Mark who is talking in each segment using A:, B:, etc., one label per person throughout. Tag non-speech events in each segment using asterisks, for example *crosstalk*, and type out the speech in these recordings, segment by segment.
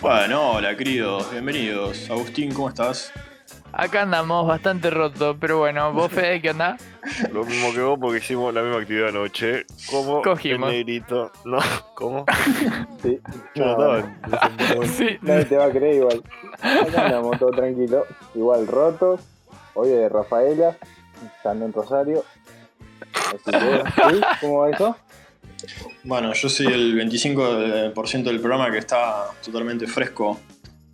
A: Bueno, hola queridos, bienvenidos. Agustín, ¿cómo estás?
B: Acá andamos bastante roto, pero
A: *laughs*
B: bueno, vos Fede, ¿qué onda?
C: Lo mismo que vos porque hicimos la misma actividad anoche. Como
B: Cogimos.
C: el negrito. No, *laughs*
A: *laughs*
C: ¿cómo?
D: Sí.
C: Yo no estaba.
B: Sí,
D: Nadie te va a creer igual. Acá andamos todo tranquilo. Igual rotos. Hoy es de Rafaela. Estando en Rosario. Así que, ¿sí? ¿Cómo va eso?
A: Bueno, yo soy el 25% del programa que está totalmente fresco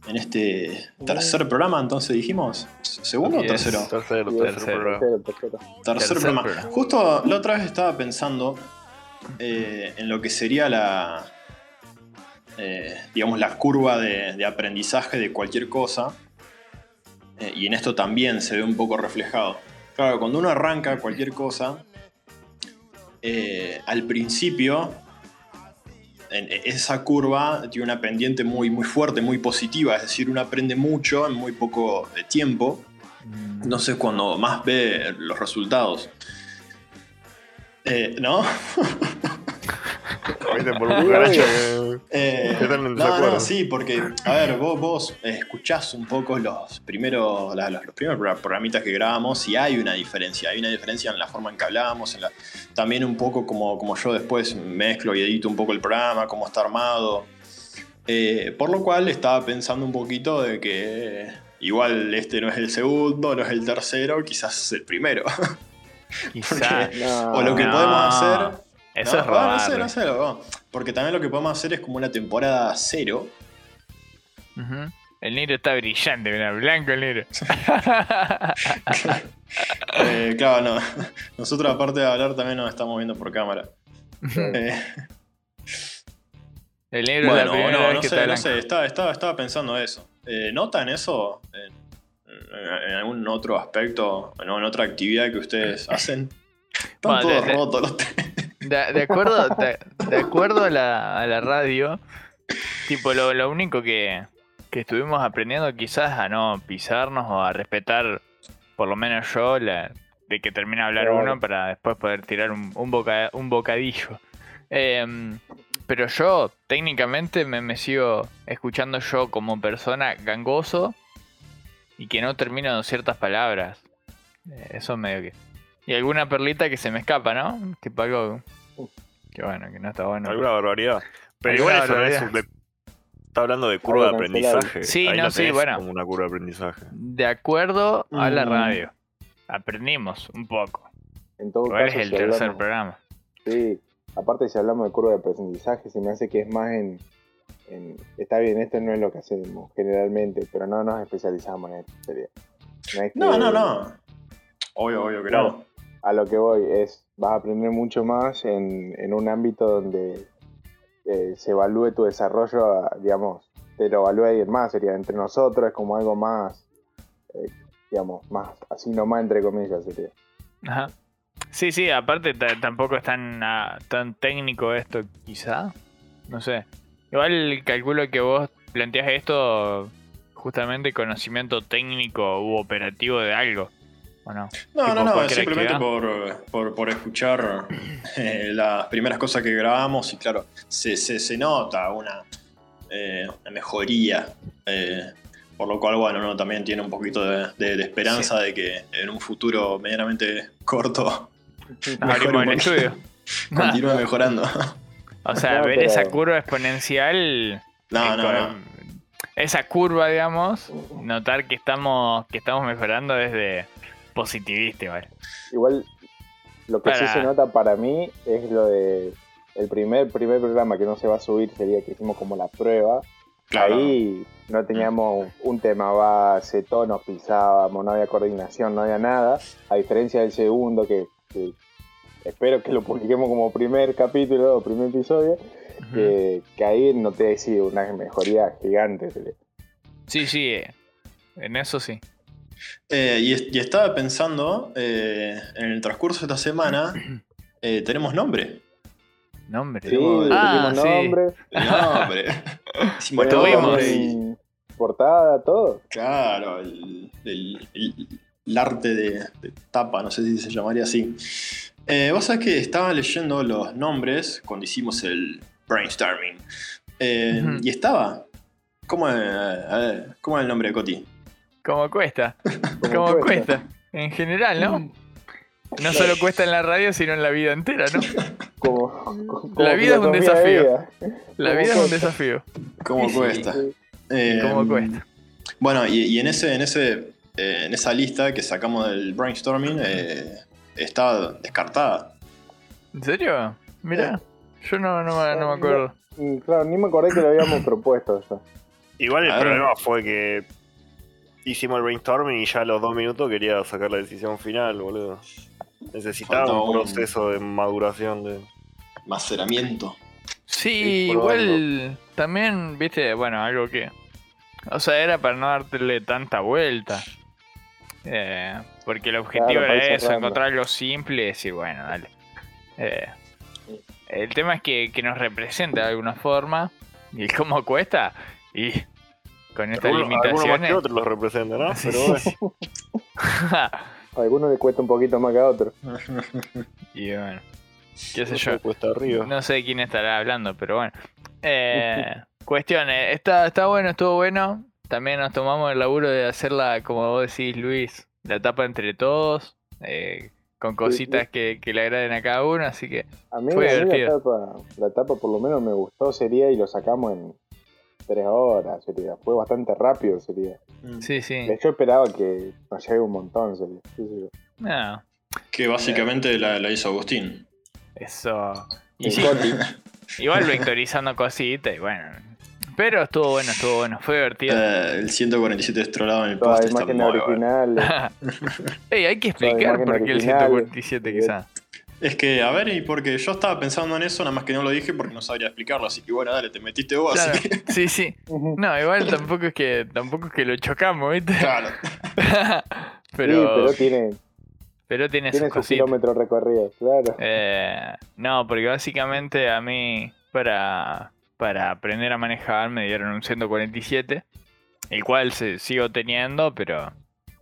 A: en este tercer programa, entonces dijimos. ¿Segundo o
B: Así es.
A: tercero?
C: Tercero,
D: Sí,
C: tercero
B: tercero. *laughs*
C: programa.
D: Tercero, tercero.
A: Tercer
B: Tercer
A: programa.
B: programa.
A: Justo la otra vez estaba pensando eh, en lo que sería la. eh, digamos, la curva de, de aprendizaje de cualquier cosa. Eh, y en esto también se ve un poco reflejado. Claro, cuando uno arranca cualquier cosa, eh, al principio. en- en esa curva tiene una pendiente muy, muy fuerte, muy positiva, es decir, uno aprende mucho en muy poco eh, tiempo. Entonces cuando más ve los resultados. Eh, ¿No?
C: Viste por un cucaracho que-
A: Eh,
C: ¿Qué tal
A: no,
C: en desacuerdo?
A: no, sí, porque, a ver, vos, vos eh, escuchás un poco los primeros, la- los, los primeros pro- programitas que grabamos y hay una diferencia. Hay una diferencia en la forma en que hablamos, en la- también un poco como, como yo después mezclo y edito un poco el programa, cómo está armado. Eh, por lo cual estaba pensando un poquito de que eh, igual este no es el segundo, no es el tercero, quizás es el primero. *laughs*
B: quizá.
D: No,
A: o lo que
B: no.
A: podemos hacer.
B: Eso
A: No, bueno,
B: es robar.
A: No sé, no sé, no. Porque también lo que podemos hacer es como una temporada cero.
B: Ujú. El negro está brillante, mira, blanco el negro.
A: Eh, claro, no. *laughs* Nosotros, aparte de hablar, también nos estamos viendo por cámara. Eh,
B: El negro es Hmm.
A: bueno,
B: la primera
A: no,
B: vez
A: no
B: que
A: sé,
B: está
A: no
B: blanco.
A: sé. Estaba, estaba, estaba pensando eso. Eh, ¿Notan eso en, en- en algún otro aspecto, ¿no? en otra actividad que ustedes
B: *laughs*
A: hacen? Están
B: Bueno,
A: todos
B: de- de-
A: rotos los tres.
B: De, de acuerdo, de, de acuerdo a la, a la radio, tipo, lo, lo único que, que estuvimos aprendiendo quizás a no pisarnos o a respetar, por lo menos yo, la, de que termina de hablar
D: Claro.
B: uno para después poder tirar un, un, boca- un bocadillo. Em, pero yo, técnicamente, me, me sigo escuchando yo como persona gangoso y que no termino ciertas palabras. Eh, Eso medio que... Y alguna perlita que se me escapa, ¿no? Tipo algo. Que bueno, que no está bueno.
C: Alguna barbaridad. Pero
B: Alguna
C: igual eso no
B: barbaridad.
C: es. de- Está hablando de curva de
D: Algo cancelado.
C: aprendizaje.
B: Sí,
C: Ahí
B: no,
C: la
B: sí,
C: tenés
B: bueno.
C: Como una curva de aprendizaje.
B: De acuerdo a la
A: Mm.
B: radio. Aprendimos un poco.
D: En todo
B: Igual
D: caso,
B: es el
D: si
B: tercer
D: hablamos-
B: programa.
D: Sí, aparte si hablamos de curva de aprendizaje, se me hace que es más en, en- Está bien, esto no es lo que hacemos generalmente, pero no nos especializamos en esta serie. es
A: No,
D: que-
A: no, no.
B: Uh.
A: Obvio, obvio que no.
D: A lo que voy es, vas a aprender mucho más en, en un ámbito donde eh, se evalúe tu desarrollo, a- digamos, te lo evalúa alguien más, sería entre nosotros, es como algo más, eh, digamos, más así nomás entre comillas sería.
B: Ajá. Sí, sí, aparte ta- tampoco es tan, ah, tan técnico esto, quizá. No sé. Igual calculo que vos planteas esto justamente conocimiento técnico u operativo de algo. ¿O no?
A: No,
B: Tipo,
A: no, no,
B: cualquier
A: simplemente
B: actividad.
A: por, por- por escuchar eh, las primeras cosas que grabamos y claro, se, se- se nota una, eh, una mejoría. eh, por lo cual, bueno, uno también tiene un poquito de, de- de esperanza de que en un futuro medianamente corto
B: Abrimos el
A: porque
B: estudio.
A: *laughs* continúe mejorando.
B: O sea,
D: Ah. No,
B: ver
D: pero-
B: esa curva exponencial.
A: No, no,
B: eh,
A: no.
B: con- Esa curva, digamos, notar que estamos que estamos mejorando desde positivista, igual.
D: Igual, lo que sí
B: Para-
D: se nota para mí es lo de el primer, primer programa que no se va a subir sería que hicimos como la prueba.
A: Claro.
D: Ahí no teníamos un tema base, tonos pisábamos, no había coordinación, no había nada. A diferencia del segundo, que, que espero que lo publiquemos como primer capítulo o primer episodio, que, que ahí noté sí, una mejoría gigante.
B: Sí, sí, eh, en eso sí.
A: Eh, y, es- y estaba pensando, eh, en el transcurso de esta semana, eh, tenemos nombre.
B: Nombre.
D: Sí,
A: bueno.
B: Ah,
D: pusimos
B: sí.
D: nombres,
A: Nombre. Hicimos
D: ponemos
A: nombre y-
D: en portada, todo.
A: Claro, el, el- el- el arte de, de tapa, no sé si se llamaría así. Eh, Vos sabés que estaba leyendo los nombres cuando hicimos el brainstorming. Eh,
B: Ujú.
A: Y estaba ¿Cómo es, a ver, ¿Cómo es el nombre de Coti?
B: Como cuesta.
D: Como
B: Como
D: cuesta. Mm.
B: cuesta. En general, ¿no? No solo cuesta en la radio, sino en la vida entera, ¿no?
D: Como, como
B: La vida es un
D: filosofía
B: desafío.
D: de vida.
B: La
D: Como
B: vida es un
D: cuesta.
B: desafío.
A: ¿Cómo
B: Sí, sí.
A: cuesta? Eh,
B: Como cuesta.
A: Bueno, y, y en, ese, en, ese, eh, en esa lista que sacamos del brainstorming eh, está descartada.
B: ¿En serio? Mirá. Yo no, no, me- no me acuerdo.
D: Mm, Claro, ni me acordé que lo habíamos propuesto eso.
C: Igual el
A: A ver.
C: problema fue que hicimos el brainstorming y ya a los dos minutos quería sacar la decisión final, boludo.
A: Faltaba
C: Necesitaba un
A: un-
C: proceso de maduración de.
A: Maceramiento.
B: Sí,
C: Sí, por
B: igual también, viste, bueno, algo que... O sea, era para no darle tanta vuelta. Eh, porque el objetivo
D: Claro, para ir
B: era eso,
D: cerrando.
B: encontrar algo simple y decir, bueno, dale. Eh, el tema es que, que nos representa de alguna forma. ¿Y *laughs* cómo cuesta? Y con estas
C: Algunos, algunos más
B: limitaciones...
C: que otros los representan,
B: *laughs*
C: ¿no?
B: Sí,
C: Pero
B: sí,
C: bueno.
B: sí.
D: A algunos le cuesta un poquito más que a otros.
B: *laughs* y bueno, qué sé
C: eso
B: yo.
C: Cuesta arriba.
B: No sé quién estará hablando, pero bueno. Eh, cuestiones. Está, está bueno, estuvo bueno. También nos tomamos el laburo de hacerla, como vos decís, Luis, la tapa entre todos. eh, con cositas que, que le agraden a cada uno, así que
D: A mí,
B: Fue
D: a mí la,
B: divertido.
D: tapa, la tapa por lo menos me gustó sería y lo sacamos en tres horas sería. Fue bastante rápido sería.
B: sí, sí.
D: Yo esperaba que nos llegue un montón sería. Sí, sí.
B: No,
A: Que básicamente la, la hizo Agustín.
B: eso. Y
D: El
B: sí, *laughs*
D: Coti,
B: igual vectorizando cositas y bueno. Pero estuvo bueno, estuvo bueno, fue divertido.
A: Eh, el 147 estrolado en el
D: todas
A: poste
D: las
A: está muy
D: imágenes
A: bueno.
D: *laughs*
B: *laughs*
D: originales.
B: Ey, hay que
D: Toda
B: explicar
D: imagen
B: por qué el
D: original.
B: 147 quizás.
A: Es que, a ver, y porque yo estaba pensando en eso, nada más que no lo dije porque no sabría explicarlo, así que bueno, dale, te metiste vos,
B: Claro,
A: así que.
B: sí, sí. No, igual tampoco es que tampoco es que lo chocamos,
A: *laughs*
B: ¿viste?
A: Claro.
D: Sí,
B: pero,
D: pero tiene,
B: pero tiene,
D: tiene
B: sus
D: su
B: cositas.
D: kilómetro recorrido, claro.
B: Eh, no, porque básicamente a mí, para, para aprender a manejar, me dieron un 147, el cual se, sigo teniendo, pero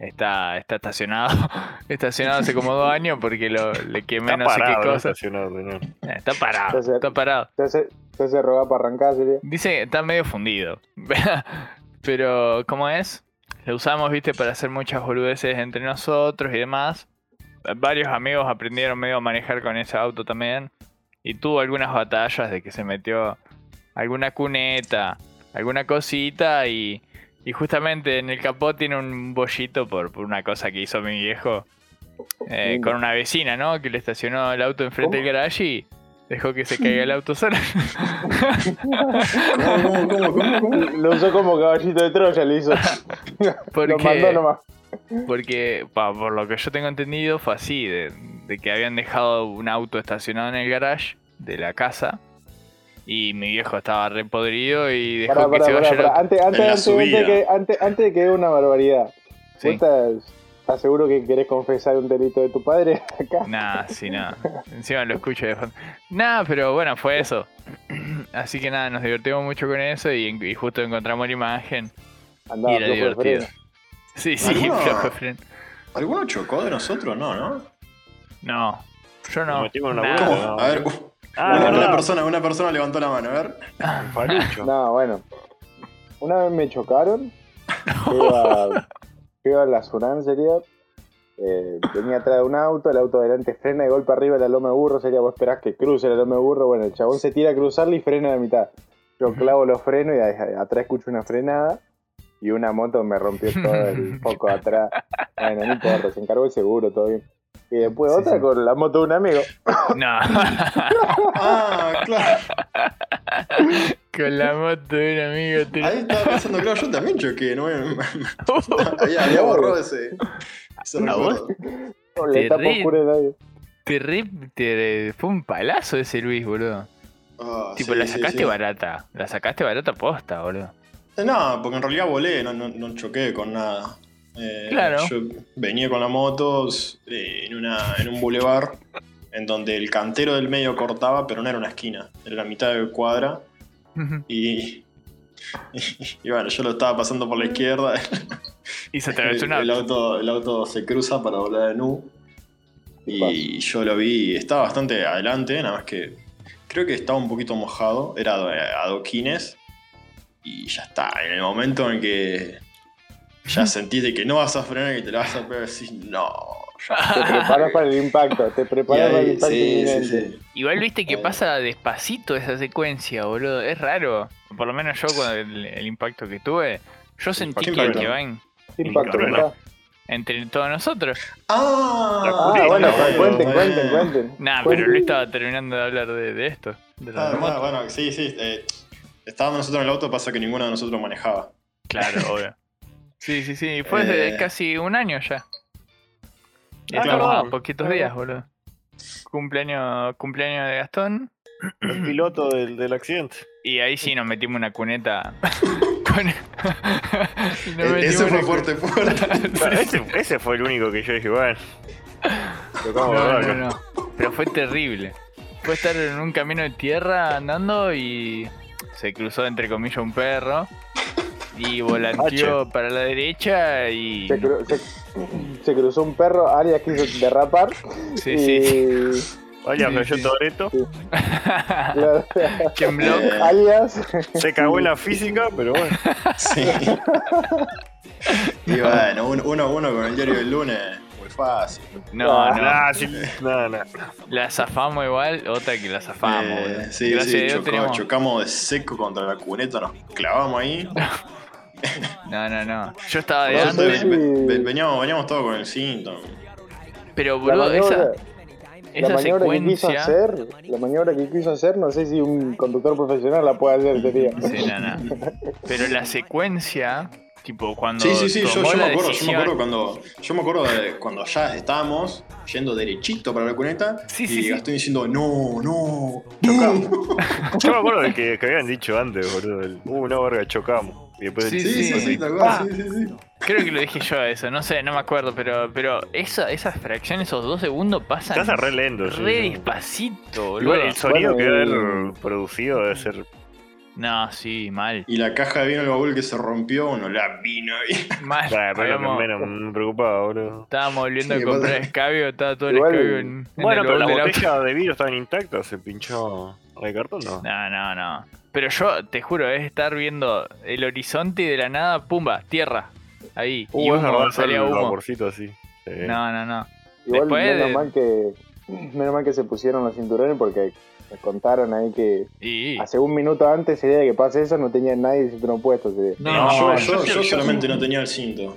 B: está, está estacionado. *laughs* estacionado hace como dos años porque lo, le quemé
C: Está
B: no sé qué
C: parado, no
B: cosa. *laughs*
C: estacionado, señor.
B: Eh, Está parado,
D: Entonces-
B: está parado.
D: Ya se, ya se roga para arrancar
B: *laughs*
D: sería.
B: Dice que está medio fundido. *laughs* Pero, ¿cómo es? Lo usamos, viste, para hacer muchas boludeces entre nosotros y demás. Varios amigos aprendieron medio a manejar con ese auto también. Y tuvo algunas batallas de que se metió alguna cuneta, alguna cosita y, y justamente en el capó tiene un bollito por, por una cosa que hizo mi viejo eh,
D: Lindo.
B: con una vecina, ¿no? Que le estacionó el auto enfrente del garage y dejó que se caiga el auto *laughs* solo.
A: ¿Cómo, cómo, cómo, cómo, cómo?
D: Lo usó como caballito de Troya, le hizo. Lo mandó
B: *laughs* Porque,
D: nomás.
B: porque pa, por lo que yo tengo entendido, fue así: de, de que habían dejado un auto estacionado en el garage de la casa. Y mi viejo estaba re podrido y dejó
D: Pará,
B: que
D: pará,
B: se
D: pará,
B: vaya el
D: pará.
B: auto.
D: Antes, antes,
A: En la
D: antes, antes
A: subida.
D: de que, antes, antes de que dé una barbaridad.
B: Sí.
D: ¿Vos estás, estás seguro que querés confesar un delito de tu padre *laughs* acá?
B: Nah, sí, nada. Encima lo escucho de fondo. Nah, pero bueno, fue eso. *clears throat* Así que nada, nos divertimos mucho con eso y, y justo encontramos la imagen.
D: Andaba
B: y era
D: flojo de
B: divertido.
D: freno.
B: Sí, sí,
C: Ah,
A: Alguno-
B: flojo de freno.
A: ¿Alguno chocó de nosotros? No, ¿no?
B: No, yo
C: Nos
B: no.
C: metimos en una
B: Nah.
C: Ah,
A: ¿Cómo?
C: no.
A: A ver, uh,
C: Ah,
A: una, una
C: verdad,
A: persona, una persona levantó la mano, a ver.
C: Falucho.
D: No, bueno. Una vez me chocaron.
B: *laughs*
D: Yo iba, yo iba a la Surán, sería. Eh, venía atrás de un auto, el auto delante frena de golpe arriba de la loma de burro. Sería vos esperás que cruce la loma de burro. Bueno, el chabón se tira a cruzarla y frena a la mitad. Yo clavo los frenos y a- atrás escucho una frenada. Y una moto me rompió
B: *laughs*
D: todo el foco de atrás. Bueno, no importa, se encargó el seguro, todo bien. Y después
B: Sí,
D: otra
B: sí.
D: con la moto de un amigo.
B: *laughs* No, *laughs*
A: Ah, *laughs* claro.
B: con la moto de un amigo. te-
A: Ahí estaba pensando, claro, yo también choqué, no me- *laughs* había, había borrado ese. ese
B: ¿A vos?
A: recuerdo.
D: Con la etapa
B: Terrible.
D: oscura de nadie.
B: Te re- te- fue un palazo ese Luis, boludo.
A: Ah,
B: tipo,
A: sí,
B: la
A: sí,
B: sacaste
A: sí.
B: barata. La sacaste barata posta, boludo. *laughs*
A: No, porque en realidad volé, no, no, no choqué con nada. Eh,
B: Claro.
A: Yo venía con la moto eh, en, una, en un bulevar en donde el cantero del medio cortaba, pero no era una esquina, era la mitad de cuadra. Y, *laughs* y bueno, yo lo estaba pasando por la izquierda.
B: y se
A: *laughs*
B: atravesó
A: El,
B: una.
A: el auto, el auto se cruza para volar en U. Y yo lo vi, estaba bastante adelante, nada más que creo que estaba un poquito mojado, era ado- eh, adoquines. y ya está. En el momento en que ya sentís de que no vas a frenar y te la vas a pegar, decís, no. ya".
D: Te preparas para el impacto, te
A: *laughs* Y
D: preparas para el
A: ahí-
D: impacto
A: sí, sí,
D: inminente.
A: sí.
B: Igual viste que
A: Eh.
B: pasa despacito esa secuencia, boludo. Es raro. Por lo menos yo con el, el impacto que tuve, yo sentí que,
A: impacto?
B: que va en-
D: Impacto,
C: Increíble.
D: ¿verdad?
B: entre todos nosotros.
C: La
A: Ah,
D: Ah, bueno,
C: bueno,
D: cuenten,
A: bueno.
D: cuenten, cuenten.
B: Nah,
D: Cuenten.
B: pero Luis estaba terminando de hablar de, de esto. De lo
A: Ah,
B: remoto.
A: bueno, bueno, sí, sí. eh, estábamos nosotros en el auto, pasa que ninguno de nosotros manejaba.
B: Claro,
A: *laughs*
B: obvio. Sí, sí, sí. Fue hace
A: Eh.
B: casi un año ya. Y
A: Ah,
B: estamos
C: claro.
B: a poquitos
D: Ah,
B: días,
D: claro.
B: boludo. Cumpleaños, cumpleaños de Gastón.
C: El piloto del, del accidente.
B: Y ahí sí nos metimos
A: *laughs*
B: una cuneta. con... y nos
A: Eh,
B: metimos
A: Eso fue
B: una
A: fuerte, fuerte.
C: Claro, ese, ese fue el único que yo dije, bueno.
B: cu-
C: tocamos
B: No,
C: barraca.
B: no, no. Pero fue terrible. Fue estar en un camino de tierra andando y se cruzó entre comillas un perro. Y volanteó para la derecha y.
D: Se, cru- se- se cruzó un perro, Arias quiso derrapar.
B: Sí,
D: y,
B: sí.
D: *laughs*
C: Vaya,
B: Sí,
C: flashó
B: sí.
C: Toreto.
D: claro,
B: Tembló.
D: Arias.
C: Se cagó en la física, pero bueno.
A: Sí. Y bueno, uno, uno, uno con el diario del lunes, muy fácil.
B: *laughs* No,
A: Ah.
B: no.
C: Nada, Ah, sí, nada, nada.
B: La zafamos igual, otra que la zafamos,
A: Eh,
B: boludo.
A: sí,
B: Gracias
A: sí,
B: a Dios
A: chocó-
B: tenemos-
A: chocamos de seco contra la cuneta, nos clavamos ahí.
B: No, no, no. Yo estaba de
A: Nosotros
D: Adelante.
B: antes,
A: ve-
D: sí.
A: ve- veníamos, veníamos todos con el cinto.
B: pero
D: La
B: *laughs* boludo, esa,
D: maniobra, la
B: esa
D: maniobra que quiso
B: secuencia.
D: hacer, la maniobra que quiso hacer, no sé si un conductor profesional la puede hacer, sería.
B: Sí, no, no. Pero la secuencia, tipo cuando.
A: Sí, sí, sí, yo,
B: tomó
A: yo me
B: la
A: acuerdo, yo me
B: decisión-
A: acuerdo cuando, yo me acuerdo de cuando ya estábamos yendo derechito para la cuneta
B: Sí,
A: y
B: sí, sí.
A: Gastón diciendo no, no, no.
C: Yo me acuerdo de que, que habían dicho antes, boludo. el, uh, no, verga, chocamos. Y después
B: Sí,
A: Sí, sí, sí, tal cual,
B: Ah.
A: sí, sí, sí.
B: Creo que lo dije yo eso, no sé, no me acuerdo, pero, pero esa, esa fracción, esos dos segundos pasan.
C: Estás re lento, sí.
B: re despacito, boludo.
C: Igual el sonido
D: Bueno,
C: que debe
D: el-
B: eh,
C: haber producido
B: *laughs*
C: debe ser.
B: No, sí, mal.
A: Y la caja de vino del baúl que se rompió, uno la vino y
B: Mal.
C: Nah, pero lo que
B: Hablamos-
C: menos
B: *laughs*
C: me preocupaba, boludo.
B: Estábamos volviendo
A: Sí,
B: a
A: que
B: comprar
A: pasa-
B: escabio, estaba todo el
D: Igual-
B: escabio en, en
C: Bueno,
B: el
C: pero
B: baúl
C: la
B: del auto.
C: botella de vidrio estaban intactas, se pinchó la de cartón, ¿no?
B: No, no, no. Pero yo, te juro, es estar viendo el horizonte y de la nada, pumba, tierra. Ahí. y
C: Uh,
A: Uh,
C: es verdad,
B: humo, salía
C: el
B: humo.
C: vaporcito así. Eh,
B: No, no, no.
D: Igual
B: Después
D: menos,
B: de-
D: mal que, menos mal que se pusieron los cinturones porque me contaron ahí que
B: Y...
D: hace un minuto antes sería de que pase eso, no tenía nadie el cinturón puesto.
B: *laughs*
D: sería.
B: No,
A: No, yo,
B: bueno,
A: yo,
C: yo-
A: yo
C: yo-
A: solamente no tenía el cinto.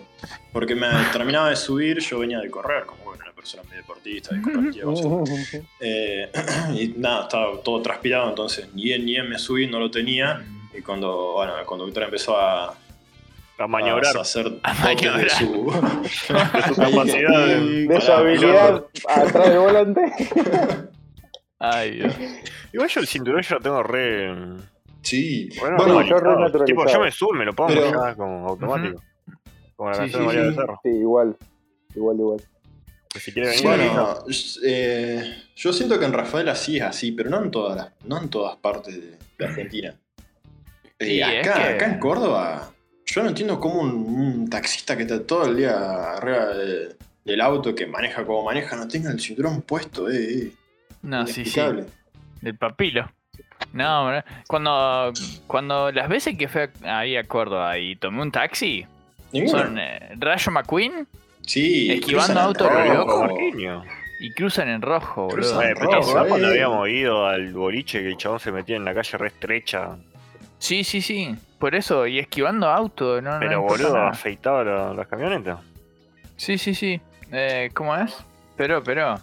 A: Porque me terminaba de subir, yo venía de correr, como bueno, una persona muy deportista, de correr llevas. Eh, *clears throat* y nada, estaba todo transpirado, entonces ni bien, ni bien me subí, no lo tenía. Y cuando bueno, el conductor empezó a, a-
C: a maniobrar.
A: a hacer
B: A
A: toques
B: maniobrar.
A: de su,
C: De su capacidad. de-
D: De su habilidad atrás del volante. *laughs*
B: Ay, Dios.
C: Igual yo el cinturón yo lo tengo re.
A: Sí,
C: Bueno,
A: Bueno,
C: normalizado.
D: yo re naturalizado.
C: Tipo, yo me subo y me lo pongo
A: Pero-
C: ya como automático. Como la
B: Sí, sí,
C: canción de María
A: sí.
C: del Cerro.
D: Sí, igual, igual, igual.
C: Que si quiere venir, avisa.
A: bueno eh, yo siento que en Rafaela sí es así, pero no en todas, las- no en todas partes de, de
B: *laughs*
A: Argentina. Eh,
B: Y es
A: acá,
B: que-
A: acá en Córdoba, yo no entiendo cómo un, un taxista que está todo el día arriba de- del auto, que maneja como maneja, no tenga el cinturón puesto. Eh, eh,
B: No, sí, sí.
A: inexplicable.
B: Del papilo. No, bro. cuando, cuando las veces que fui a- ahí a Córdoba y tomé un taxi,
A: Ninguno.
B: son eh, Rayo McQueen
A: Sí,
B: esquivando
A: cruzan en
B: autos,
A: rojo.
B: pero
C: Pero
B: loco.
C: Jorginho.
B: y cruzan en rojo, boludo.
A: Cruzan.
C: Eh, pero
A: rojo,
C: ¿te acordás
A: eh.
C: cuando habíamos ido al boliche que el chabón se metía en la calle re estrecha?
B: Sí, sí, sí. Por eso, y esquivando auto, Ah, no, no
C: Pero
B: importa
C: boludo,
B: nada.
C: afeitaba la- las camionetas.
B: Sí, sí, sí. Eh, ¿Cómo es? Pero, pero.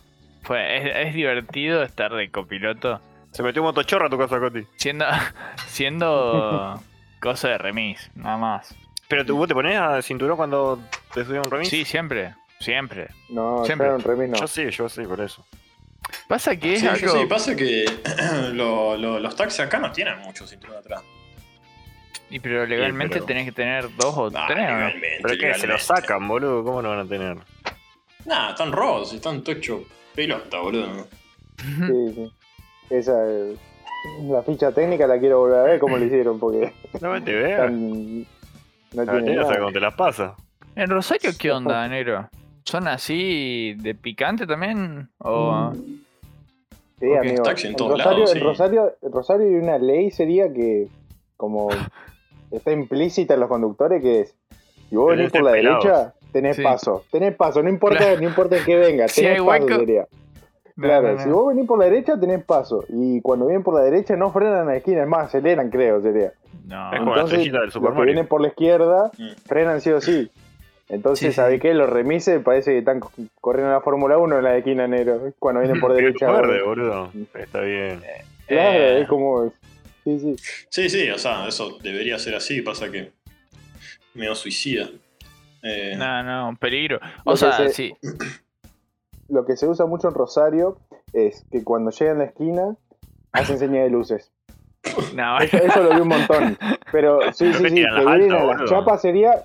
B: Fue, es, es divertido estar de copiloto.
C: Se metió un motochorro a tu casa, Coti.
B: Siendo. *laughs* siendo. cosa de remis, nada más.
C: Pero tú, vos te ponés a cinturón cuando te subías a un remis.
B: Sí, siempre. Siempre.
D: No,
B: Siempre.
D: yo era un remis, no.
C: Yo sí, yo sí, por eso.
B: Pasa que es
A: Ah, Sí,
B: algo.
A: sí, pasa que *clears throat* lo- lo- los taxis acá no tienen mucho cinturón atrás.
B: y pero legalmente
C: pero-
B: tenés que tener dos o
A: Ah,
B: tres, ¿o no?
A: legalmente,
C: Pero es que se lo
A: legalmente.
C: sacan, boludo, ¿cómo no van a tener?
A: Nah, están robos, están todo hecho pelota, boludo.
B: Ujú.
D: Sí, sí. Esa eh, La ficha técnica la quiero volver a ver cómo lo hicieron, porque
C: No me te veas.
D: están- no
C: La
D: tiene
C: tenés hasta
D: nada.
C: cuando te las pasa.
B: ¿En Rosario qué onda, negro? ¿Son así de picante también? ¿O.?
A: Mm,
D: Sí,
B: Ok,
D: amigo.
A: taxi en todos
D: Rosario,
A: lados,
D: en
A: sí.
B: *laughs*
D: Rosario, en Rosario hay una ley sería que como está implícita en los conductores que es, si vos
C: Pero
D: venís
C: este
D: por la
C: pelado.
D: derecha, tenés
B: Sí.
D: paso, tenés paso, no importa, no importa en qué venga,
B: Si
D: tenés
B: hay
D: paso,
B: hueco.
D: diría.
B: No,
D: Claro,
B: no, no.
D: si vos venís por la derecha, tenés paso, y cuando vienen por la derecha no frenan en la esquina, es más, aceleran creo, sería.
B: No.
C: Es como la estrellita del Super
D: los que
C: Mario.
D: vienen por la izquierda
A: Mm.
D: frenan sí o sí. Entonces,
B: Sí, sí.
D: ¿sabés qué? Los remises parece que están co- corriendo la Fórmula 1 en la esquina negro. Cuando vienen
C: *laughs*
D: por
C: Tiene
D: derecha.
C: luz verde,
D: bueno.
C: boludo. Está bien.
D: Claro,
B: Eh.
D: es como. Sí, sí.
A: Sí, sí, o sea, eso debería ser así, pasa que medio suicida. Eh,
B: No, no, un peligro. O
D: Lo que
B: sea,
D: se-
B: sí.
D: Lo que se usa mucho en Rosario es que cuando llegan a la esquina hacen señas de luces.
B: No, *laughs*
D: Eso, eso lo vi un montón. Pero sí, sí, sí.
C: Tenían
D: Que
C: las
D: vienen
C: altas,
D: a las
C: boludo.
D: chapas sería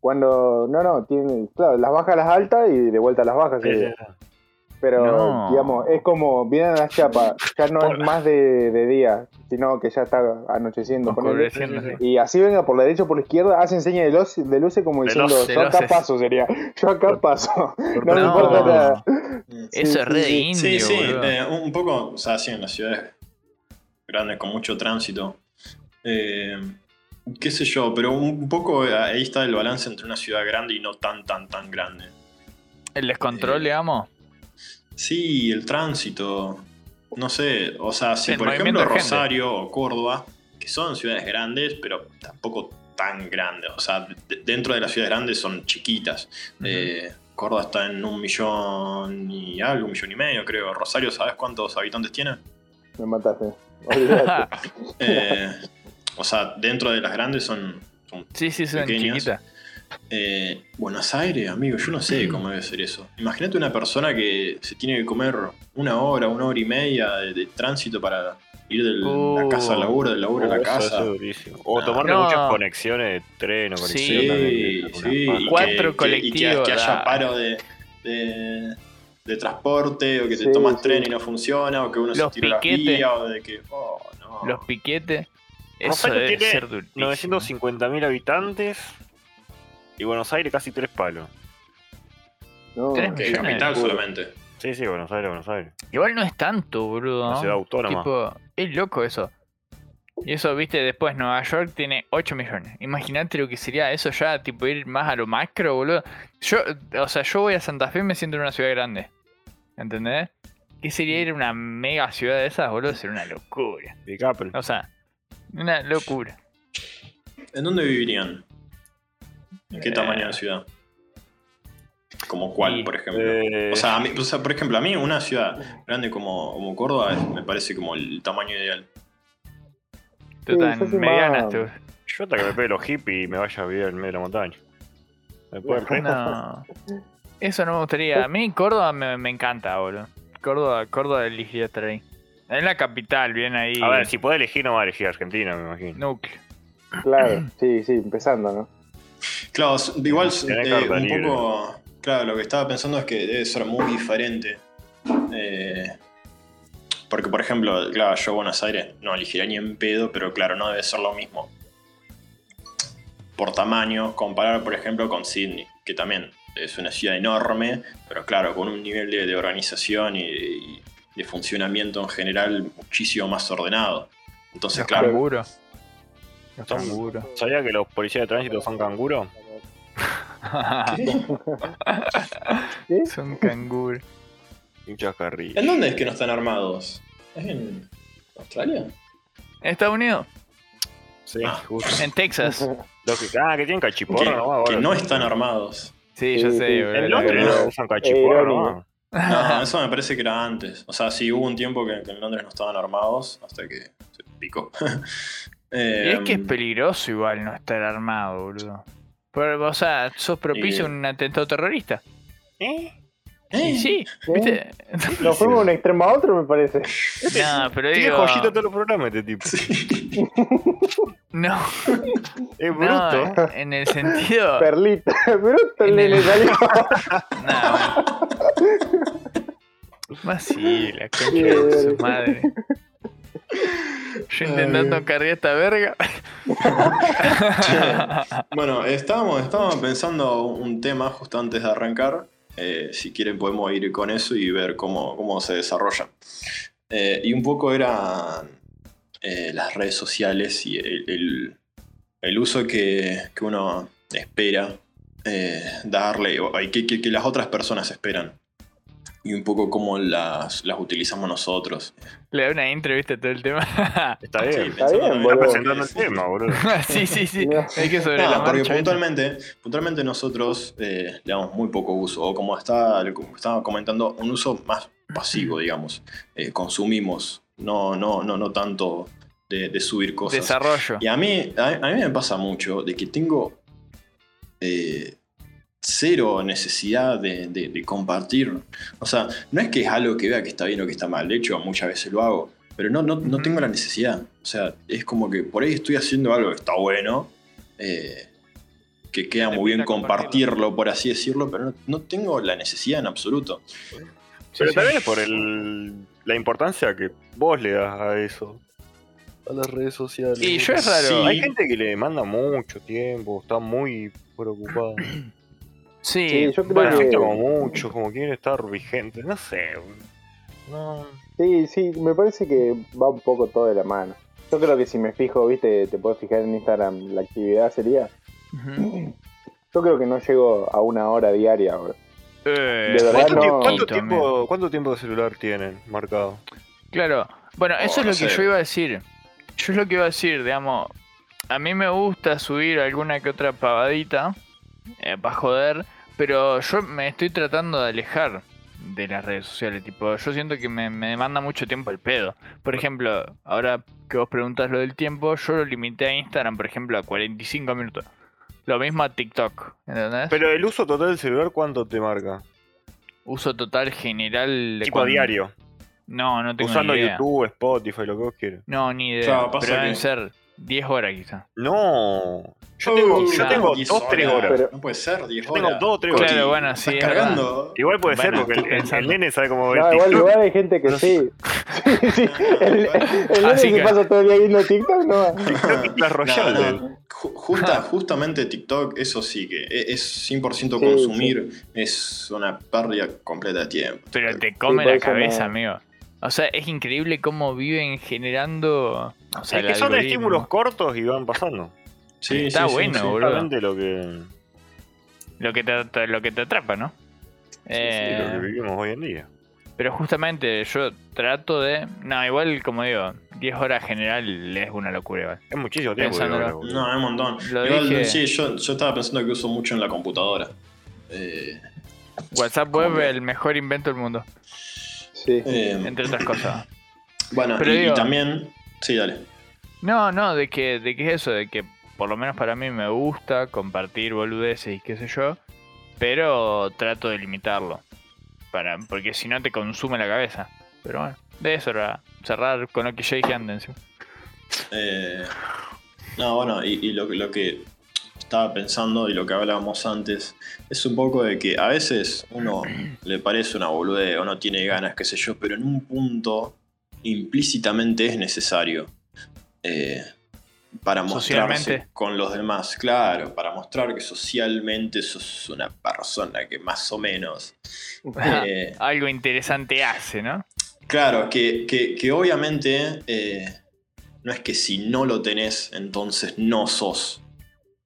D: cuando. No, no, tienen. Claro, las bajas a las altas y de vuelta a las bajas. sería.
C: Eh,
D: Pero,
B: No.
D: digamos, es como vienen a las chapas, ya no es más de, de día, sino que ya está anocheciendo. ponele.
B: oscureciendo, sí.
D: Y así venga por la derecha o por la izquierda, hacen señas de, los, de luces como
C: De
D: diciendo,
C: los- eh".
B: de
D: yo acá
B: luces".
D: paso sería, *laughs* yo acá paso. No, me
B: No.
D: importa nada.
B: Eso es re de
D: Sí,
B: indio,
A: eh, sí, sí,
B: boludo.
A: eh, un un poco, o sea, sí, en las ciudades grandes con mucho tránsito. eh, qué sé yo, pero un poco eh, ahí está el balance entre una ciudad grande y no tan, tan, tan grande.
B: El descontrol,
A: Eh,
B: digamos.
A: Sí, el tránsito. No sé, o sea, si
B: El
A: por
B: movimiento
A: ejemplo
B: de gente.
A: Rosario o Córdoba, que son ciudades grandes, pero tampoco tan grandes. O sea, de- dentro de las ciudades grandes son chiquitas.
B: Ujú.
A: Eh, Córdoba está en un millón y algo, un millón y medio, creo. Rosario, ¿sabes cuántos habitantes
B: *laughs*
A: tiene?
D: Me mataste. Olvidate.
B: Ah,
A: Eh, o sea, dentro de las grandes son. son-
B: sí, sí, son
A: pequeños.
B: chiquitas.
A: eh, Buenos Aires, amigo, yo no sé cómo debe ser eso. Imagínate una persona que se tiene que comer una hora, una hora y media de, de tránsito para ir de la
B: Uh.
A: casa al laburo, del laburo
C: Oh,
A: a la casa.
C: O
A: No.
C: tomarte
B: No.
C: muchas conexiones de tren o conexiones.
A: Sí,
C: de-
A: sí. y que-
B: Cuatro
A: que- y que- y que,
B: colectivos,
A: haya
B: da.
A: paro de, de- de transporte, o que te
D: Sí,
A: tomas
D: sí.
A: tren y no funciona, o que uno
B: Los
A: se tira
B: piquetes.
A: la vía, o de que. Oh, no.
B: Los piquetes. Eso
C: Rosario
B: debe
C: tiene
B: ser durísimo.
C: 950.000 habitantes y Buenos Aires casi tres palos.
D: No,
B: Tres
A: que es capital solamente.
C: Sí, sí, Buenos Aires, Buenos Aires.
B: Igual no es tanto, boludo.
C: Una
B: ¿no?
C: ciudad autónoma.
B: Tipo, es loco eso. Y eso, viste, después Nueva York tiene 8 millones. Imagínate lo que sería eso ya, tipo ir más a lo macro, boludo. Yo, o sea, yo voy a Santa Fe y me siento en una ciudad grande. ¿Entendés? ¿Qué sería ir a una mega ciudad de esas, boludo? Sería una locura.
C: Big Apple.
B: O sea, una locura.
A: ¿En dónde vivirían? ¿En qué
B: Eh.
A: tamaño de ciudad? ¿Como cuál,
B: Y,
A: por ejemplo?
C: Eh,
A: O sea, a mí- o sea, por ejemplo, a mí una ciudad grande como, como Córdoba es- me parece como el tamaño ideal.
B: Total,
D: yo soy
B: medianas,
D: más-
B: tú.
C: yo hasta que me pegue los hippies y me vaya a vivir en medio de la montaña. Después el resto.
B: No. Eso no me gustaría. A mí Córdoba me, me encanta, boludo. Córdoba, Córdoba elegiría estar ahí. Es la capital, bien ahí.
C: A ver, si puedo elegir, no va a elegir Argentina, me imagino.
B: Núcleo.
D: Claro, sí, sí, empezando, ¿no?
A: Claro, s- igual
C: Tenés
A: eh,
C: carta
A: un
C: libre.
A: poco. Claro, lo que estaba pensando es que debe ser muy diferente. Eh, porque, por ejemplo, claro, yo Buenos Aires no elegiría ni en pedo, pero claro, no debe ser lo mismo. Por tamaño, comparar, por ejemplo, con Sydney, que también es una ciudad enorme, pero claro, con un nivel de, de organización y, y de funcionamiento en general muchísimo más ordenado. Entonces,
B: Los
A: claro,
B: canguros. Los
A: Son-
D: *laughs*
B: canguros. *laughs*
C: ¿Sabía que los policías de tránsito son canguros?
D: ¿Sí?
B: Son canguros.
C: Hinchas carrillas.
A: ¿en dónde es que no están armados? ¿Es en Australia?
B: ¿En Estados Unidos?
C: Sí,
A: Ah.
C: justo.
B: En
D: *laughs*
B: Texas.
C: Los que, ah, que tienen
A: que,
C: cachiporra, ¿no?
A: que no están
B: *laughs*
A: armados.
B: Sí, yo
D: Sí, sí.
B: sé, boludo.
C: En
B: la *laughs*
C: Londres
B: verdad.
C: no usan cachiporra,
D: irónico.
C: ¿no?
A: No, eso me parece que era antes. O sea, sí hubo un tiempo que, que en Londres no estaban armados hasta que se picó. *laughs* Em,
B: Y es
A: um,
B: que es peligroso igual no estar armado, boludo. Pero, o sea, sos propicio a un atentado terrorista.
C: ¿Eh?
B: Y sí, ¿viste?
D: Nos fuimos de un extremo a otro, me
B: *laughs*
D: parece.
B: no, pero
C: Tiene
B: digo.
C: joyita todos los programas este tipo.
B: No.
C: Es
B: No,
C: bruto.
B: en- en el
D: *laughs*
B: sentido.
D: Perlita, bruto
B: En
D: le,
B: el-
D: le salió. *laughs*
B: No, bueno. Más sí, la concha de su madre. Yo intentando cargar esta verga. *laughs*
A: Bueno, estábamos, estábamos pensando un tema justo antes de arrancar. Eh, si quieren podemos ir con eso y ver cómo, cómo se desarrolla. Eh, y un poco eran eh, las redes sociales y el, el- el uso que, que uno espera eh, darle, o hay que, que- que las otras personas esperan. Y un poco cómo las, las utilizamos nosotros.
B: Le da una entrevista a todo el tema. *laughs*
C: Está bien.
A: pensando también-
D: bien,
C: Está
D: boludo.
C: presentando el tema, boludo.
B: sí, sí, sí.
D: No.
B: Es que sobre
A: No,
B: la
A: porque
B: marcha. ¿viste?
A: puntualmente, puntualmente nosotros eh, le damos muy poco uso, o como, está, como estaba comentando, un uso más pasivo, digamos. Eh, consumimos, no, no, no, no tanto de, de subir cosas.
B: Desarrollo.
A: Y a mí, a, a mí me pasa mucho de que tengo eh, cero necesidad de, de- de compartir. O sea, no es que es algo que vea que está bien o que está mal. De hecho, muchas veces lo hago. Pero no, no, no
B: Ujú.
A: tengo la necesidad. O sea, es como que por ahí estoy haciendo algo que está bueno. eh, que queda
B: Te
A: muy bien
B: pinta compartirlo.
A: compartirlo, por así decirlo, pero no, no tengo la necesidad en absoluto.
C: Pero también es por el, la importancia que vos le das a eso. A las redes sociales.
B: Y yo es raro.
A: Sí.
C: Hay gente que le demanda mucho tiempo, está muy *clears throat* preocupada.
B: Sí,
D: Sí, yo creo
B: bueno,
D: que-
C: Afecta como mucho, como quiere estar vigente. No sé. No.
D: Sí, sí, me parece que va un poco todo de la mano. Yo creo que si me fijo, viste, te puedo fijar en Instagram, la actividad sería.
B: ujú.
D: Yo creo que no llego a una hora diaria, bro.
B: Eh,
D: De verdad
B: ¿cuánto
C: ¿Cuánto,
B: tiempo-
D: no.
C: tiempo, cuánto
B: poquito, amigo.
C: tiempo- cuánto tiempo de celular tienen marcado?
B: Claro. Bueno, eso
A: Oh, no
B: es lo que
A: sé.
B: yo iba a decir. Yo es lo que iba a decir, digamos. A mí me gusta subir alguna que otra pavadita. para joder. Pero yo me estoy tratando de alejar de las redes sociales. Tipo, yo siento que me, me demanda mucho tiempo el pedo. Por ejemplo, ahora que vos preguntás lo del tiempo, yo lo limité a Instagram, por ejemplo, a 45 minutos. Lo mismo a TikTok, ¿entendés?
C: Pero el uso total del celular, ¿cuánto te marca?
B: Uso total general de
C: Tipo
B: cuan-
C: diario.
B: No, no tengo
C: Usando
B: ni idea.
C: YouTube, Spotify, lo que vos quieras.
B: No, ni idea.
A: Claro, pasa
B: pero deben
A: que-
B: ser 10 horas quizá.
C: No.
D: Oh,
C: Yo tengo,
A: Uh,
C: yo
B: no,
C: tengo
A: diez
C: dos, tres horas.
D: Pero-
A: No puede ser, 10
C: Yo
A: horas.
C: tengo dos, tres
A: Corti,
B: Claro, bueno, sí,
A: estás
B: es verdad.
A: cargando.
C: Igual puede ser,
B: Bueno,
C: porque el,
B: estoy
C: el- el
B: pensando.
C: nene sabe cómo ver
D: No, igual,
C: TikTok.
D: igual hay gente que sí. *laughs* Sí, sí. El, el nene
B: Así
D: que
B: que-
D: pasa todo el día viendo TikTok, no va.
C: TikTok
B: *laughs*
C: es la Royal.
A: No, no. Ju- justa- justamente TikTok, eso sí que e- es 100%
D: Sí,
A: consumir, es una pérdida completa de tiempo.
B: Pero te come
D: por
B: la
D: eso no.
B: cabeza, amigo. O sea, es increíble cómo viven generando. O sea,
C: es
B: el
C: que son
B: algoritmo.
C: estímulos cortos y van pasando.
A: Sí,
B: Está
A: sí, sí,
B: bueno,
A: sí.
B: boludo.
C: Justamente lo que,
B: Lo que te, te- lo que te atrapa, ¿no?
C: sí, lo
B: Eh,
C: que vivimos hoy en día.
B: pero justamente yo trato de. No, igual, como digo, 10 horas general es una locura, igual.
C: Es muchísimo tiempo.
B: Pensándolo.
C: igual, boludo.
A: No, es un montón.
B: Lo
A: Igual,
B: dije.
A: sí, yo, yo estaba pensando que uso mucho en la computadora. Eh,
B: WhatsApp
A: ¿Cómo
B: web,
A: que?
B: el mejor invento del mundo,
D: Sí.
A: eh,
B: entre otras cosas.
A: bueno,
B: pero
A: y, y
B: digo-
A: también. Sí, dale.
B: No, no, de que, de que eso, de que por lo menos para mí me gusta compartir boludeces y qué sé yo, pero trato de limitarlo. Para, porque si no te consume la cabeza. Pero bueno, de eso era cerrar con lo que yo dije
C: *laughs*
B: antes. ¿sí?
A: Eh, no, bueno, y, y lo, que- lo que estaba pensando y lo que hablábamos antes es un poco de que a veces uno le parece una boludez o no tiene ganas, qué sé yo, pero en un punto implícitamente es necesario eh, para mostrarse
B: Socialmente.
A: con los demás, claro, para mostrar que socialmente sos una persona que más o menos... eh,
B: Ah, Algo interesante hace, ¿no?
A: Claro, que, que- que obviamente eh, no es que si no lo tenés, entonces no sos.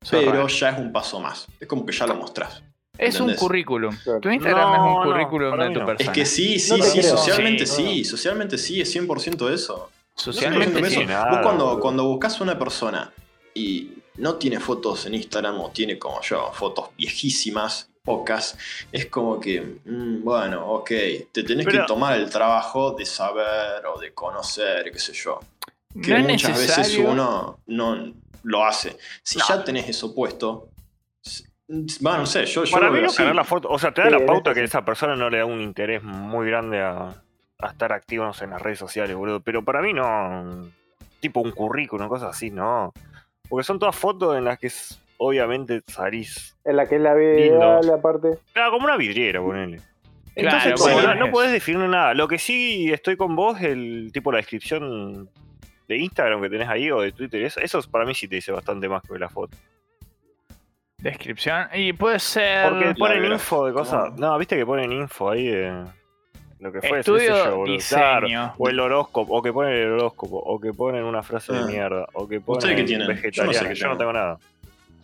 B: Sos
A: Pero
B: raro.
A: ya es un paso más. Es como que ya lo mostrás.
B: Es un
A: ¿entendés?
B: currículum.
D: Claro.
B: Tu Instagram es
C: No,
B: un
C: no,
B: currículum
C: para
B: de
C: mí
B: tu
C: no. Es
A: Es
B: persona.
A: que sí,
D: No
A: sí,
D: te
A: sí,
D: creo.
A: socialmente
B: Sí,
A: sí,
D: no.
A: socialmente sí, es 100% eso.
B: Socialmente
A: 100%
B: sí.
A: eso.
C: nada,
A: Vos cuando,
C: boludo.
A: cuando buscas una persona y no tiene fotos en Instagram o tiene como yo fotos viejísimas, pocas, es como que, mm, bueno, ok, te tenés
C: Pero-
A: que tomar el trabajo de saber o de conocer, qué sé yo. que
B: No es
A: muchas veces
B: necesario.
A: uno no lo hace. Si ya tenés eso puesto, s- bueno, no sé, yo, yo
C: Para
A: lo
C: mí
A: veo
C: no
A: así.
C: ganar la foto. O sea, te da
D: Sí,
C: la
D: en
C: pauta
D: este
C: que esa persona no le da un interés muy grande a, a estar activo no sé, en las redes sociales, boludo. Pero para mí no. Tipo un currículum, cosas así, no. Porque son todas fotos en las que s- obviamente salís.
D: En la que es la vida,
C: Lindo.
D: la parte.
C: Claro, como una vidriera, ponele.
B: Claro,
C: Entonces, como
A: bueno,
C: no, no
B: es-
C: podés definir nada. Lo que sí estoy con vos, el tipo la descripción de Instagram que tenés ahí o de Twitter, eso, eso para mí sí te dice bastante más que la foto.
B: Descripción. Y puede ser.
C: Porque ponen
A: verdad.
C: info de cosas. No, viste que ponen info ahí de. Lo que fue,
B: Estudio
C: qué sé yo, boludo.
B: diseño.
C: Claro, o el horóscopo, o que ponen el horóscopo, o que ponen una frase de
A: Ah.
C: mierda, o que ponen
A: ¿Ustedes qué tienen? Yo no sé
C: vegetariano. Yo no,
A: qué tengo.
C: tengo nada.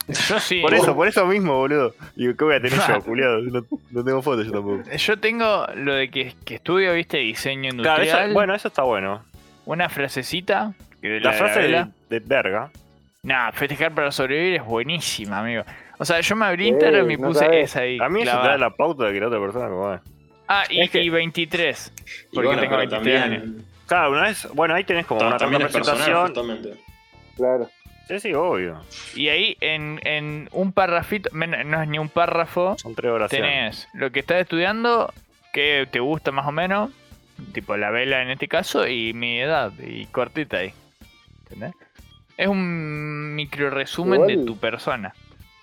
B: Yo sí.
C: Por eso, por eso mismo, boludo. Digo, ¿qué voy a tener
B: *laughs*
C: yo, culiado? No, no tengo fotos yo tampoco.
B: Yo tengo lo de que, que estudio, viste, diseño
C: Claro,
B: industrial.
C: eso- bueno, eso está bueno.
B: Una frasecita. que de
C: La, frase de,
B: novela.
C: de verga.
B: Nah, festejar para sobrevivir es buenísima, amigo. O sea, yo me abrí
D: Eh,
B: Instagram y
D: no
B: puse
D: sabés.
B: esa ahí.
C: A mí eso te
B: clavada.
C: da la pauta de que la otra persona como es.
B: Ah, y,
A: Es que-
B: y 23.
A: Y
B: Porque
A: bueno,
B: tengo
A: pero
B: 23 años.
A: también,
C: Claro, una vez, bueno, ahí tenés como
A: ta-
C: una
A: también es personal,
C: representación.
A: justamente.
D: Claro.
C: Sí, sí, obvio.
B: Y ahí en, en un parrafito, men- no es ni un párrafo,
C: Son tres oraciones.
B: tenés lo que estás estudiando, que te gusta más o menos, tipo la vela en este caso, y mi edad, y cortita ahí. ¿Entendés? Es un micro resumen de
D: Igual.
B: tu persona.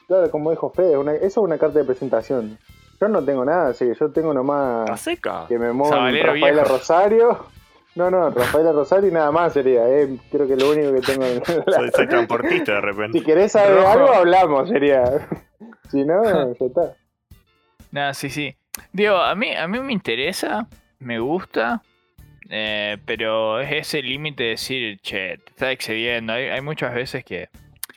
D: Claro, como dijo Fede, una- eso es una carta de presentación. Yo no tengo nada, así que yo tengo
C: Está
D: nomás
C: seca.
D: que me muevo en
B: Sabalero
D: Rafaela
B: viejo.
D: Rosario. No, no, Rafaela Rosario y nada más sería. eh, Creo que lo único que tengo. en-
C: Soy, soy transportista de repente.
D: si querés saber
B: Rojo.
D: algo, hablamos, sería. *laughs* si no, ya está.
B: Nada, sí, sí. Digo, a mí, a mí me interesa, me gusta, eh, pero es ese límite de decir, che, te estás excediendo. Hay, hay muchas veces que...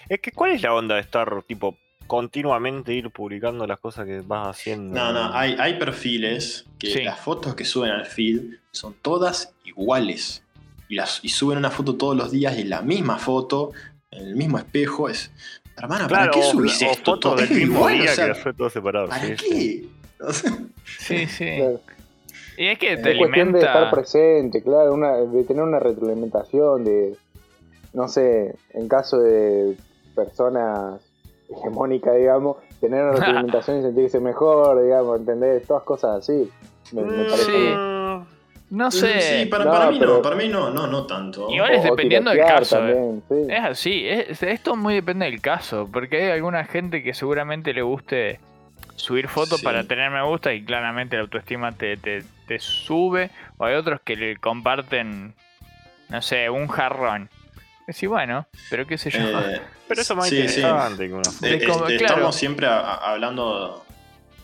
C: Es que, ¿cuál es la onda de estar, tipo, continuamente ir publicando las cosas que vas haciendo?
A: No, no, hay, hay perfiles que
B: Sí.
A: las fotos que suben al feed son todas iguales. Y, las, y suben una foto todos los días y la misma foto, en el mismo espejo. Es, hermana, ¿para
C: Claro,
A: qué
C: o-
A: subís
C: o
A: esto?
C: fotos
A: todo?
C: del
A: *laughs* Es
C: mismo
A: igual,
C: día
A: o sea,
C: que las fue todo separado.
A: ¿Para
C: sí,
A: qué?
C: sí.
A: *laughs* O sea,
B: Sí, sí.
D: Claro.
B: *laughs* Y es que te
D: Es cuestión
B: alimenta...
D: de estar presente, claro, una, de tener una retroalimentación, de, no sé, en caso de personas hegemónicas, digamos,
B: *laughs*
D: tener una retroalimentación y sentirse mejor, digamos, ¿entendés? Todas cosas así, me, me
C: Mm,
B: Mm,
D: parece.
B: Sí.
D: bien.
B: No sé.
A: Sí, para,
D: No,
A: para mí no,
D: pero-
A: para mí no, no, no tanto.
B: Igual- es
D: O- o
B: dependiendo del
D: tirotear
B: caso, eh.
D: también, sí.
B: Es así, es- esto muy depende del caso, porque hay alguna gente que seguramente le guste subir fotos
A: Sí.
B: para tener me gusta y claramente la autoestima te, te- te sube, o hay otros que le comparten, no sé, un jarrón. Sí, bueno, pero qué sé yo.
A: Eh,
C: Pero eso es más
A: Sí, sí.
C: interesante que una foto.
A: Eh,
B: Es como-
A: este,
B: claro.
A: Estamos siempre a- a- hablando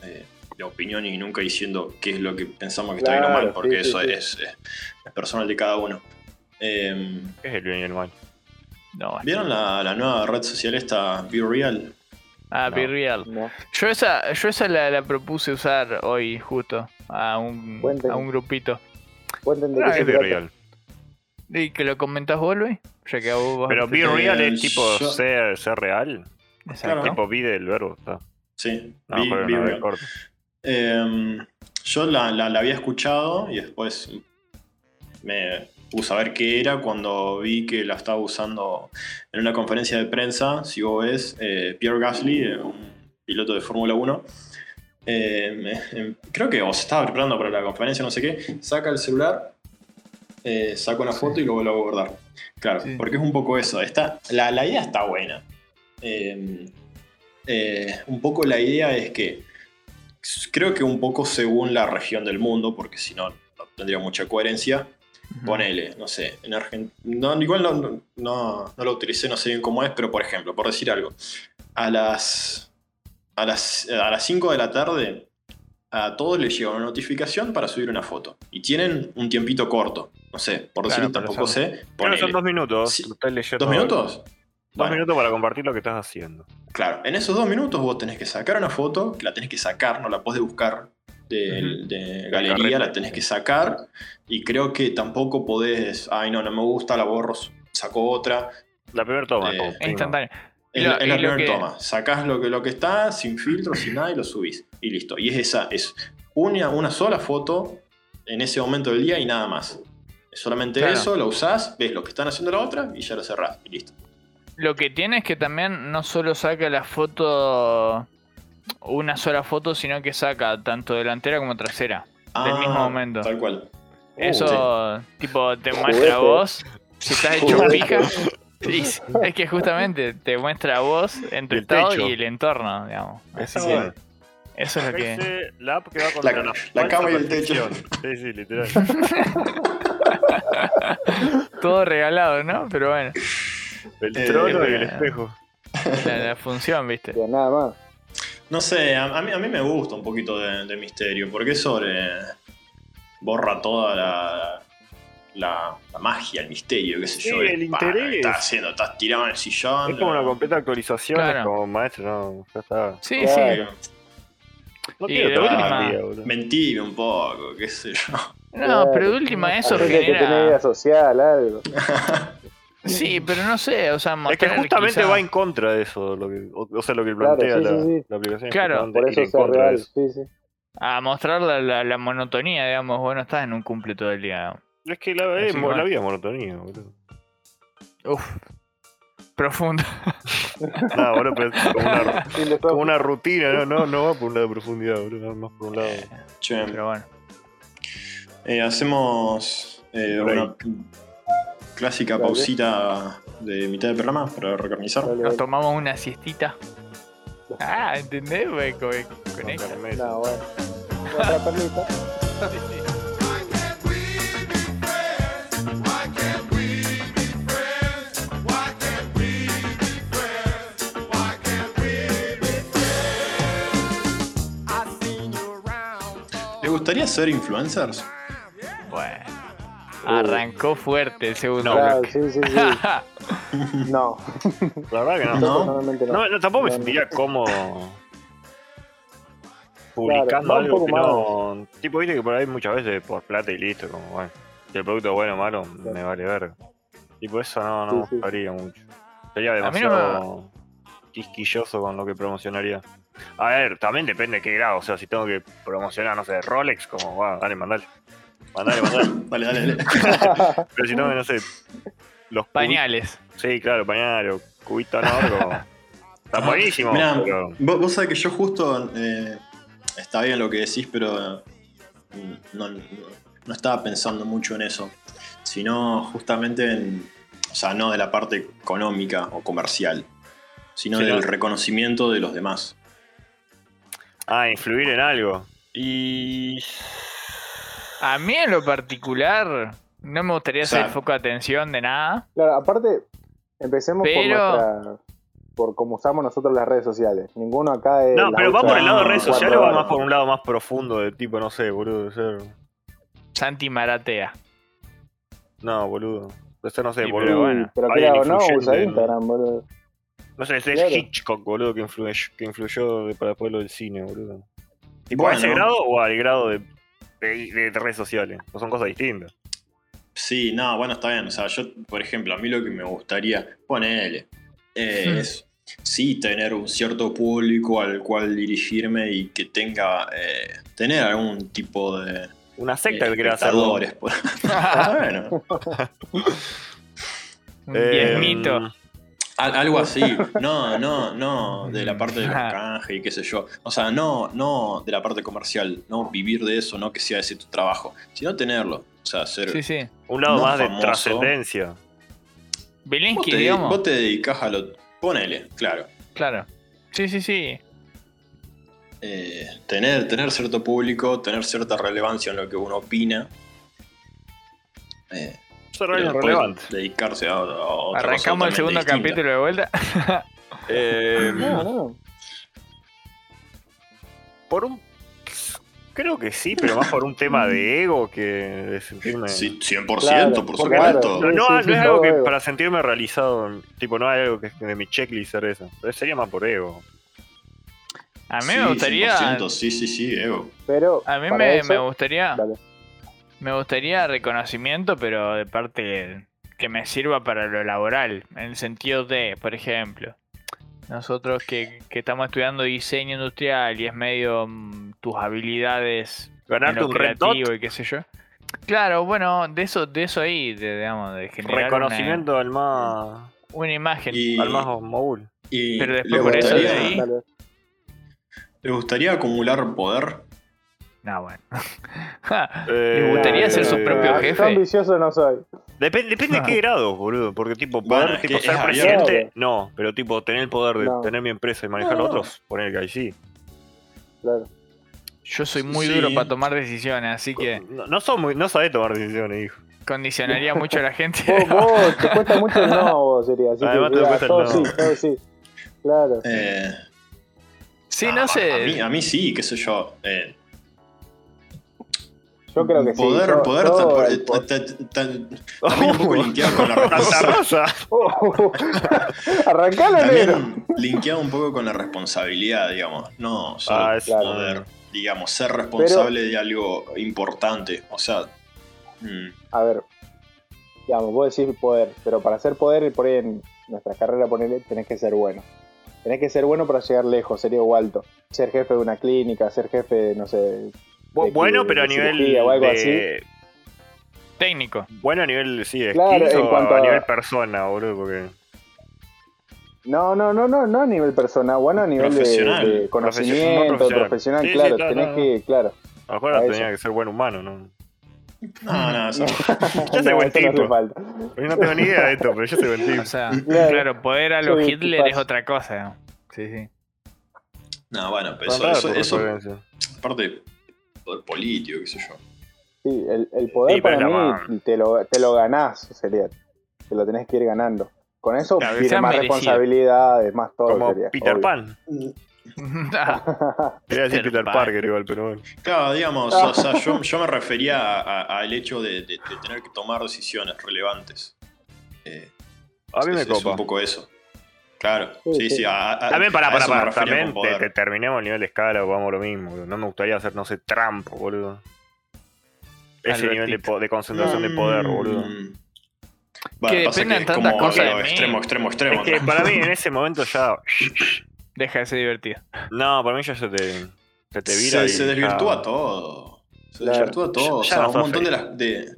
A: eh, de opinión y nunca diciendo qué es lo que pensamos que está bien o
D: Claro,
A: mal, porque
D: sí,
A: eso
D: sí, sí.
A: Es, es- es personal de cada uno. Eh,
C: ¿Qué es el bien y el mal?
B: No, bueno.
A: ¿Vieron la, la nueva red social esta, Be Real?
B: Ah, be
C: No.
B: real.
D: No.
B: Yo esa, yo esa la, la propuse usar hoy justo a un,
D: Cuenten.
B: a un grupito.
D: Vos entendés que
C: Ah, es
D: se
C: Be
D: trata-
C: Real.
B: ¿Y que lo comentás vos, Luis? Ya que a vos vos-
C: Pero Be
A: Eh,
C: Real es tipo
A: yo-
C: ser, ser real.
B: Exacto.
A: claro.
C: Tipo, be del verbo. está.
A: Sí,
C: No,
A: Be,
C: pero
A: Be
C: no,
A: Real.
C: corto.
A: Eh, yo la, la- la había escuchado y después me puse a ver qué era cuando vi que la estaba usando en una conferencia de prensa, si vos ves, eh, Pierre Gasly, eh, un piloto de Fórmula 1. eh, me- em, creo que o se estaba preparando para la conferencia, no sé qué, saca el celular, eh, saca una foto y luego lo vuelve a guardar. Claro,
B: Sí.
A: porque es un poco eso. Está, la, la idea está buena. Eh, eh, un poco la idea es que creo que un poco según la región del mundo, porque si no, no tendría mucha coherencia.
B: Ujú.
A: Ponele, no sé, en Argentina. No, igual no, no, no, no lo utilicé, no sé bien cómo es, pero por ejemplo, por decir algo, a las, a las, a las 5 de la tarde a todos les llega una notificación para subir una foto. Y tienen un tiempito corto. No sé, por decir,
B: Claro, pero
A: tampoco
B: son-
A: sé.
C: Creo que
A: ponele.
C: son dos minutos.
A: Sí.
C: Estás leyendo-
A: ¿Dos minutos?
C: Dos
A: Bueno.
C: minutos para compartir lo que estás haciendo.
A: Claro, en esos dos minutos vos tenés que sacar una foto, que la tenés que sacar, no la podés buscar de,
B: Ujú.
A: de galería,
C: carrete.
A: la tenés que sacar. Y creo que tampoco podés, ay no, no me gusta, la borro, saco otra.
C: La primera toma.
A: Eh,
C: como
B: Es
C: prima.
B: instantáneo. Y
A: Es
B: lo-
A: la, es
B: y
A: la
B: lo
A: primera
B: que-
A: toma. Sacás lo que, lo que está, sin filtro, sin nada, y lo subís. Y listo. Y es esa, es una, una sola foto en ese momento del día y nada más. Es solamente
B: Claro.
A: eso, lo usás, ves lo que están haciendo la otra y ya lo cerrás. Y listo.
B: Lo que tiene es que también no solo saca la foto, una sola foto, sino que saca tanto delantera como trasera. Del mismo momento.
A: Ah, Tal cual.
C: Uh,
A: Uh,
B: Eso, tipo, te
D: Juguete.
B: muestra a vos, si estás hecho
D: Juguete.
B: pija. Sí, es que justamente te muestra a vos en tu
C: Y el
B: estado
C: techo.
B: y el entorno, digamos. Así
C: Está
B: que
C: bueno.
B: *laughs* eso es lo que.
C: Parece la app que va contra
A: La-
C: la,
A: la
C: falsa
A: cama y el techo.
C: percepción. Sí, sí, literal.
B: Todo regalado, ¿no? Pero bueno,
C: El
A: Eh,
C: trono y el
B: eh,
C: espejo.
B: la, la función, viste.
D: Pero nada más.
A: No sé, a, a mí, a mí me gusta un poquito de, de misterio, porque es sobre borra toda la, la, la magia, el misterio, qué sé
C: Sí,
A: yo.
C: el
A: y, pa,
C: interés.
A: Estás haciendo, estás tirado en el sillón.
C: Es como
A: la-
C: una completa actualización,
B: Claro.
C: es como maestro, no, ya está.
B: Sí,
D: Claro.
B: sí.
C: No
B: Y
C: quiero
B: de
C: trabajar
B: última-
C: al día, boludo.
A: Mentime un poco, qué sé yo.
C: *laughs*
B: No, pero de última eso
D: Hacete que tenés
B: genera.
D: vida social, algo.
B: Sí, pero no sé, o sea,
C: Es que
B: mostrar
C: justamente
B: quizá-
C: va en contra de eso, lo que, o, o sea, lo que
D: Claro,
C: plantea
D: sí,
C: la,
D: sí, sí.
C: la aplicación. es
B: Claro.
C: justamente
D: Por
C: ir
D: eso
C: en
D: es
C: contra de
D: real,
C: eso.
D: sí, sí.
B: a mostrar la, la- la monotonía, digamos, vos no estás en un cumple todo el día.
C: Es que la, es
B: Así
C: mo-
B: va.
C: la vida es monotonía, boludo. *laughs*
B: Uf. Profundo.
C: Nada, boludo, pero es como una,
D: Filosófico.
C: como una rutina, no, no, no va por un lado de profundidad, boludo, no, más por un
B: Eh,
C: lado.
A: Che,
B: Pero bueno.
A: eh, hacemos eh, una
C: Break.
A: clásica
D: Dale.
A: pausita de mitad de programa para recarnizar.
D: Dale,
B: Nos
D: dale.
B: tomamos una siestita. Ah, ¿entendés? güey? Co- Conecta.
D: No,
B: *laughs*
D: bueno. Otra perlita.
A: ¿Le gustaría ser influencers?
B: Bueno. Arrancó fuerte el segundo
D: Claro,
B: bloque.
D: sí, sí, sí. No,
C: La verdad que no.
D: yo
A: No.
D: personalmente *laughs* no.
C: No, no, tampoco me
D: No, no.
C: sentiría como
D: *laughs*
C: publicando
D: va un
C: algo
D: poco
C: que no. Tipo, viste que por ahí muchas veces por plata y listo, como bueno. Si el producto es bueno o malo, me vale verga. Tipo, eso no, no
D: Sí,
C: me
D: sí.
C: gustaría mucho. Sería
B: A mí no
C: demasiado quisquilloso con lo que promocionaría. A ver, también depende de qué grado. O sea, si tengo que promocionar, no sé, Rolex, como, va, dale, mandale.
D: *laughs*
C: Mandale, mandale.
A: Dale, dale, dale.
C: Pero si tengo que, no sé, los cubi-
B: Pañales.
C: Sí, claro, pañal o cubito no,
D: *laughs*
C: como- Está buenísimo,
A: Ah, Mirá,
C: pero...
A: vos, vos sabés que yo justo. eh, está bien lo que decís, pero. eh, No, no- no estaba pensando mucho en eso. Sino justamente en. O sea, no de la parte económica o comercial. Sino
C: Sí,
A: del
C: no.
A: reconocimiento de los demás.
C: Ah, influir en algo. Y.
B: A mí en lo particular no me gustaría
A: O sea-
B: ser el foco de atención de nada.
D: Claro, aparte, empecemos
B: Pero-
D: por nuestra. Por cómo usamos nosotros las redes sociales. Ninguno acá es.
C: No,
D: la
C: pero va
D: usa
C: por el lado de redes
D: cuatro
C: sociales o va
D: horas.
C: más por un lado más profundo de tipo, no sé, boludo, de ser.
B: Santi
C: *laughs*
B: Maratea. *laughs*
C: No, boludo. De ser, no sé,
B: Y,
C: boludo.
B: pero bueno,
D: Pero
C: alguien
D: claro, no,
C: influyente,
D: usa
C: ¿no?
D: Instagram, boludo.
C: No sé, es
D: Claro.
C: Hitchcock, boludo, que influyó, que influyó de- para después lo del cine, boludo. ¿Tipo a ese
A: Bueno.
C: grado o al grado de, de- de redes sociales? No son cosas distintas.
A: Sí, no, bueno, está bien. O sea, yo, por ejemplo, a mí lo que me gustaría, ponele, eh,
B: Hmm.
A: es sí tener un cierto público al cual dirigirme y que tenga, eh, tener algún tipo de eh,
C: Una secta que quería hacer.
A: espectadores. por-
B: *laughs*
A: Ah, bueno,
B: Un
C: Eh,
B: diezmito.
A: al- algo
B: *laughs*
A: así. No, no, no, de la parte de los canjes y qué sé yo. O sea, no, no de la parte comercial, no vivir de eso, no que sea ese tu trabajo, sino tenerlo. O sea,
C: Eh,
A: ser...
B: Sí, sí.
C: Un lado
A: No
C: más de
A: famoso.
C: trascendencia.
A: Vos,
B: Belinsky,
A: te, de-
B: digamos.
A: vos te dedicás a lo... Ponele, claro.
B: Claro. Sí, sí, sí.
A: eh, tener, tener cierto público, tener cierta relevancia en lo que uno opina. Eh,
C: Ser
A: pero
C: alguien
A: después
C: relevante.
A: Dedicarse a, a otra cosa
B: Arrancamos el
A: totalmente
B: segundo
A: distinta.
B: capítulo de vuelta.
C: Eh,
D: No, no.
C: Por un. Creo que sí, pero más por un tema de ego que de sentirme.
A: Sí, 100%,
D: Claro,
A: por
D: porque- claro.
A: supuesto.
C: No, no,
D: Sí,
C: no
D: sí,
C: es
D: sí,
C: algo
D: por
C: que
D: ego.
C: para sentirme realizado, tipo, no hay algo que de mi checklist ser eso. Pero sería más por ego.
B: A mí
A: Sí,
B: me gustaría.
A: 100%, sí, sí, sí, Ego.
D: Pero.
B: A mí
D: para
B: me,
D: eso-
B: me gustaría.
D: Dale.
B: Me gustaría reconocimiento, pero de parte del- que me sirva para lo laboral. En el sentido de, por ejemplo, nosotros que, que estamos estudiando diseño industrial y es medio mm, tus habilidades en
C: Ganarte
B: lo
C: un red dot,
B: creativo y qué sé yo. Claro, bueno, de eso, de eso ahí, de, digamos, de generar
C: reconocimiento al más.
B: Una, una imagen.
A: Y,
C: al más mogul.
A: y
B: Pero después
A: le
B: por eso de
A: gustaría-
B: ahí-
D: Dale.
A: ¿Le gustaría acumular poder? Ah,
B: No, bueno.
C: Eh,
B: ¿Les gustaría ser su
C: eh,
B: propio
D: Ah,
B: jefe?
D: Yo ambicioso no soy.
C: Depende, depende de
D: Ah.
C: qué grado, boludo. Porque, tipo,
A: Bueno,
C: poder,
A: es
C: tipo,
A: que
C: ser
A: es
D: abierto.
C: presidente, no. Pero, tipo, tener el poder de
D: No.
C: tener mi empresa y manejar a
A: No.
C: otros, poner que ahí sí.
D: Claro.
B: *laughs* Yo soy muy
A: Sí.
B: duro para tomar decisiones, así que
C: No, no, sos muy- no sabés tomar decisiones, hijo.
B: condicionaría mucho a la gente.
D: *laughs* Vos, vos, te cuesta mucho el
C: *laughs*
D: no, vos sería. Así
C: Además,
D: que,
C: te
D: mirá,
C: cuesta el
D: todo
C: no.
D: sí, todo sí. Claro.
A: Eh,
B: Sí,
A: a-
B: no
A: Ah, A mí,
B: sé.
A: a mí sí, qué sé yo. eh,
D: Yo creo que
A: Poder,
D: sí. todo-
A: poder,
D: todo
A: ta-
D: el po- *laughs*
A: ta- ta- ta- también
B: *laughs*
C: *laughs*
A: un poco linkeado con la
C: Tanta
A: responsabilidad.
C: raza.
D: Oh, Arrancalo, negro.
A: También linkeado un poco con la responsabilidad, digamos. No, solo
C: Ah, es-
D: Claro.
A: poder, digamos, ser responsable de algo importante. O sea, mm,
D: A ver, digamos, vos decís poder, pero para ser poder, por ahí en nuestra carrera, ponele, tenés que ser bueno. Tenés que ser bueno para llegar lejos, sería alto. Ser jefe de una clínica, ser jefe, de, no sé.
C: Bu- Bueno, pero a
D: de
C: nivel.
D: cirugía o algo
C: de-
B: Técnico.
C: Bueno, a nivel, sí, de
D: Claro,
C: skills
D: en
C: o
D: cuanto
C: a
D: a-
C: nivel persona, boludo, porque.
D: No, no, no, no, no a nivel persona, bueno a nivel de-
A: Profesional.
D: de, conocimiento, profesional,
C: Profesional, profesional. Sí, sí,
D: claro.
C: claro,
D: tenés
C: no,
D: que, claro.
C: A lo mejor
D: A
C: tenía
D: eso.
C: que ser buen humano, ¿no?
B: Mm.
A: no, no, eso-
C: Ya soy
D: No,
C: buen
D: eso no hace
C: tipo.
D: falta.
C: Yo no tengo ni idea de esto, pero yo soy buen tipo.
B: O sea,
D: Claro.
B: claro, poder a los
D: Sí,
B: Hitler es
D: pasa.
B: otra cosa. Sí, sí. *laughs*
A: no, bueno, pero
C: Tan
A: eso,
C: rara
A: eso,
C: tu
A: eso
C: referencia.
A: es parte de poder político, qué sé yo.
D: Sí, el, el poder
C: Sí, pero
D: para
C: es la
D: mí te lo, te lo ganás, sería. Te lo tenés que ir ganando. Con eso
C: Claro, que
D: viene
B: sea
D: más
B: merecido.
D: responsabilidades, más todo
C: Como
D: sería. *laughs*
C: Peter
D: obvio.
C: Pan. Quería decir
B: Peter
C: Peter
B: Pan.
C: Parker igual, pero bueno.
A: Claro, digamos,
D: Ah.
A: o sea, yo, yo me refería a- a- al hecho de, de- de tener que tomar decisiones relevantes. Eh,
C: A mí
A: es,
C: me
A: es un
C: copa.
A: poco eso. Claro,
D: Sí,
A: sí,
D: sí.
A: sí. a- a-
C: También,
A: a
C: para, para,
A: eso me
C: para.
A: refería
C: También
A: con
C: te,
A: poder.
C: te terminemos el nivel de escala o vamos lo mismo. boludo. No me gustaría hacer, no sé, Trump, boludo. Ese
B: Albertito.
C: nivel de, po- de concentración de poder, boludo.
A: Mm. Bueno, pasa
B: dependan
A: que es
B: tantas
A: como
B: cosas
A: lo
B: de mí.
A: extremo, extremo, extremo.
C: Es que
A: ¿no?
C: para mí en ese momento ya.
B: Deja de ser divertido.
C: No, para mí ya se te, se te vira.
A: se,
C: y
A: se
C: ya-
A: desvirtúa todo. Se
D: Claro.
A: desvirtúa todo. o
C: Ya
A: sea,
C: no
A: un
C: sos
A: montón de, las, de,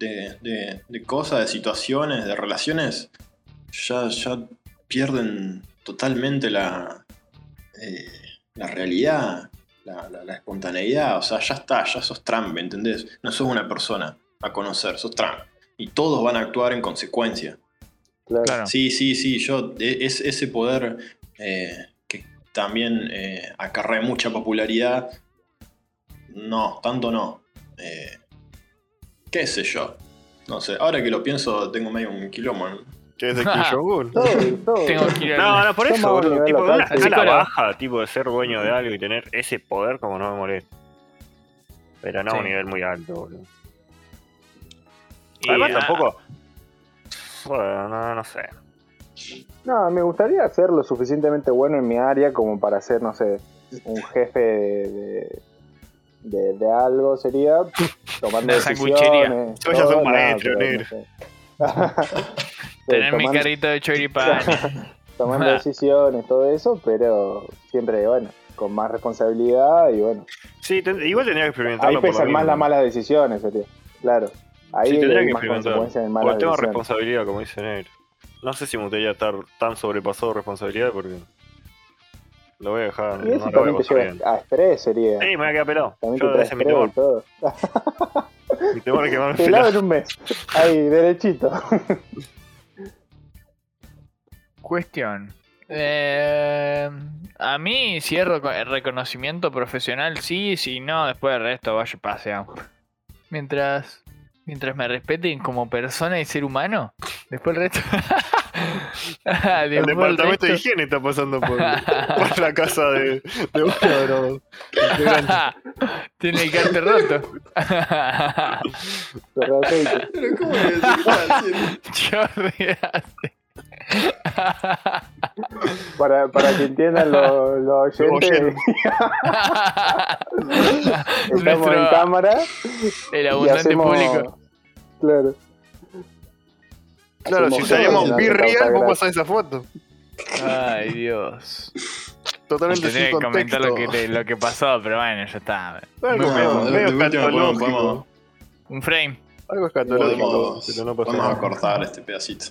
A: de- de- de cosas, de situaciones, de relaciones, ya, ya pierden totalmente la, eh, la realidad, la, la- la espontaneidad. O sea, ya está, ya sos Trump, ¿me entendés? No sos una persona a conocer, sos Trump. Y todos van a actuar en consecuencia.
D: Claro.
B: Claro.
A: Sí, sí, sí, yo, e- es, ese poder eh, que también eh, acarrea mucha popularidad, no, tanto no. Eh, ¿Qué sé yo? No sé, ahora que lo pienso tengo medio un quilombo.
C: *laughs*
A: ¿no?
C: ¿Qué es
D: *laughs*
C: de Kim Jong-un?
D: Todo, todo.
B: *laughs* Tengo que ir al-
C: No, no, por
D: Toma
C: eso,
D: un
C: boludo.
D: nivel
C: Tipo, de
D: local,
C: una
D: sí.
C: escala
B: Psicólogo.
C: baja, tipo, de ser dueño de algo y tener ese poder, como no me molesta. Pero no a un
B: Sí.
C: nivel muy alto, boludo.
B: Y,
C: Además,
B: ah,
C: tampoco. Bueno, no, no sé.
D: No, me gustaría ser lo suficientemente bueno en mi área como para ser, no sé, un jefe de, de, de algo sería tomando
B: Una sanguchería.
D: decisiones.
C: Yo ya soy
D: todo,
C: un maestro,
D: pero
C: negro.
D: sé. *laughs*
B: Tener mi
D: Tomando-
B: carrito de choripán.
D: tomando decisiones, todo eso, pero siempre, bueno, con más responsabilidad y bueno.
C: Sí, ten- igual tendría que experimentarlo.
D: Ahí
C: por lo
D: pesan más
C: mismo.
D: las malas decisiones, sería. Claro. Ahí
C: Sí, tendría
D: hay
C: que
D: más consecuencias
C: experimentar.
D: en
C: Porque
D: malas
C: tengo
D: decisiones.
C: responsabilidad, como dice Negro. No sé si me gustaría estar tan sobrepasado de responsabilidad porque. Lo voy a dejar.
D: Y eso
C: no lo voy a
D: también te
C: pasar bien.
D: lleva a estrés, sería.
C: Sí, me voy a quedar pelado.
D: También
C: Yo,
D: te trae
C: ese es mi
D: estrés y
C: temor. *laughs*
D: todo.
C: Mi temor es *laughs* quemarme
D: Pelado
C: pelado.
D: en un mes. Ahí, derechito. *laughs*
B: Cuestión. Eh, a mí cierro con el reconocimiento profesional, sí, si no, después del resto vaya y pasea. Mientras, mientras me respeten como persona y ser humano, después el resto. *laughs* Después
C: El
B: el
C: departamento
B: resto-
C: de higiene está pasando *laughs* por, por la casa de, de uno de los integrantes.
B: *laughs* Tiene el cante roto. *laughs*
D: Pero aceite.
A: Pero ¿cómo le estás haciendo?
B: Chorreas.
D: Para, para que entiendan los los oyentes,
C: oyentes.
D: estamos en
B: Nuestro-
D: cámara
B: El
D: y
B: abundante
D: hacemos...
B: público.
D: Claro.
C: *laughs* Claro, si
D: Hacemos
C: salíamos
D: todo,
C: be
D: no te
C: real,
D: causa
C: vos
D: gracia.
C: pasás esa foto.
B: Ay, Dios.
C: Totalmente
B: Tendría
C: sin
B: que comentar
C: contexto.
B: lo que, te- lo que pasó, pero bueno, ya está.
C: Algo
B: No,
C: medio-
B: no,
A: de- de
C: medio
A: última podemos-
C: escatológico.
A: podemos-
B: Un frame. *laughs*
C: Algo escatológico,
A: Podemos,
C: pero no pasa
A: podemos
C: nada.
A: acortar este pedacito.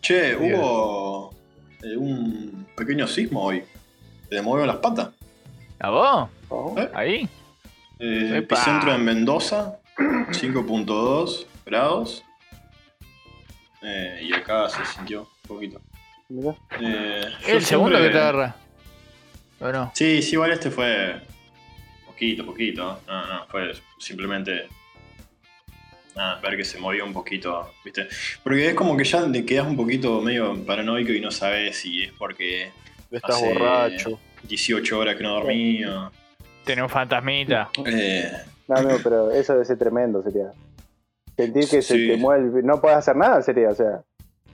A: Che,
C: Bien.
A: hubo eh, un pequeño sismo hoy. Te demovieron las patas.
B: ¿A vos?
D: Oh.
B: ¿Ahí?
A: Eh,
B: Epa.
A: epicentro en Mendoza, *clears throat* 5.2 grados. Eh, y acá se sintió un poquito.
D: Mirá.
A: Eh, yo
B: ¿El segundo
A: siempre-
B: que te agarra? ¿O no?
A: Sí, sí, igual este fue poquito, poquito. No, no, fue simplemente nada, ver que se movió un poquito, ¿viste? Porque es como que ya te quedas un poquito medio paranoico y no sabes si es porque
C: Estás
A: Hace-
C: borracho.
A: 18 horas que no dormí o...
B: Tiene un fantasmita.
A: Eh,
D: No, amigo, pero eso debe ser tremendo, sería. Sentir
A: Sí.
D: que se te mueve, el- no puedes hacer nada, sería, o sea.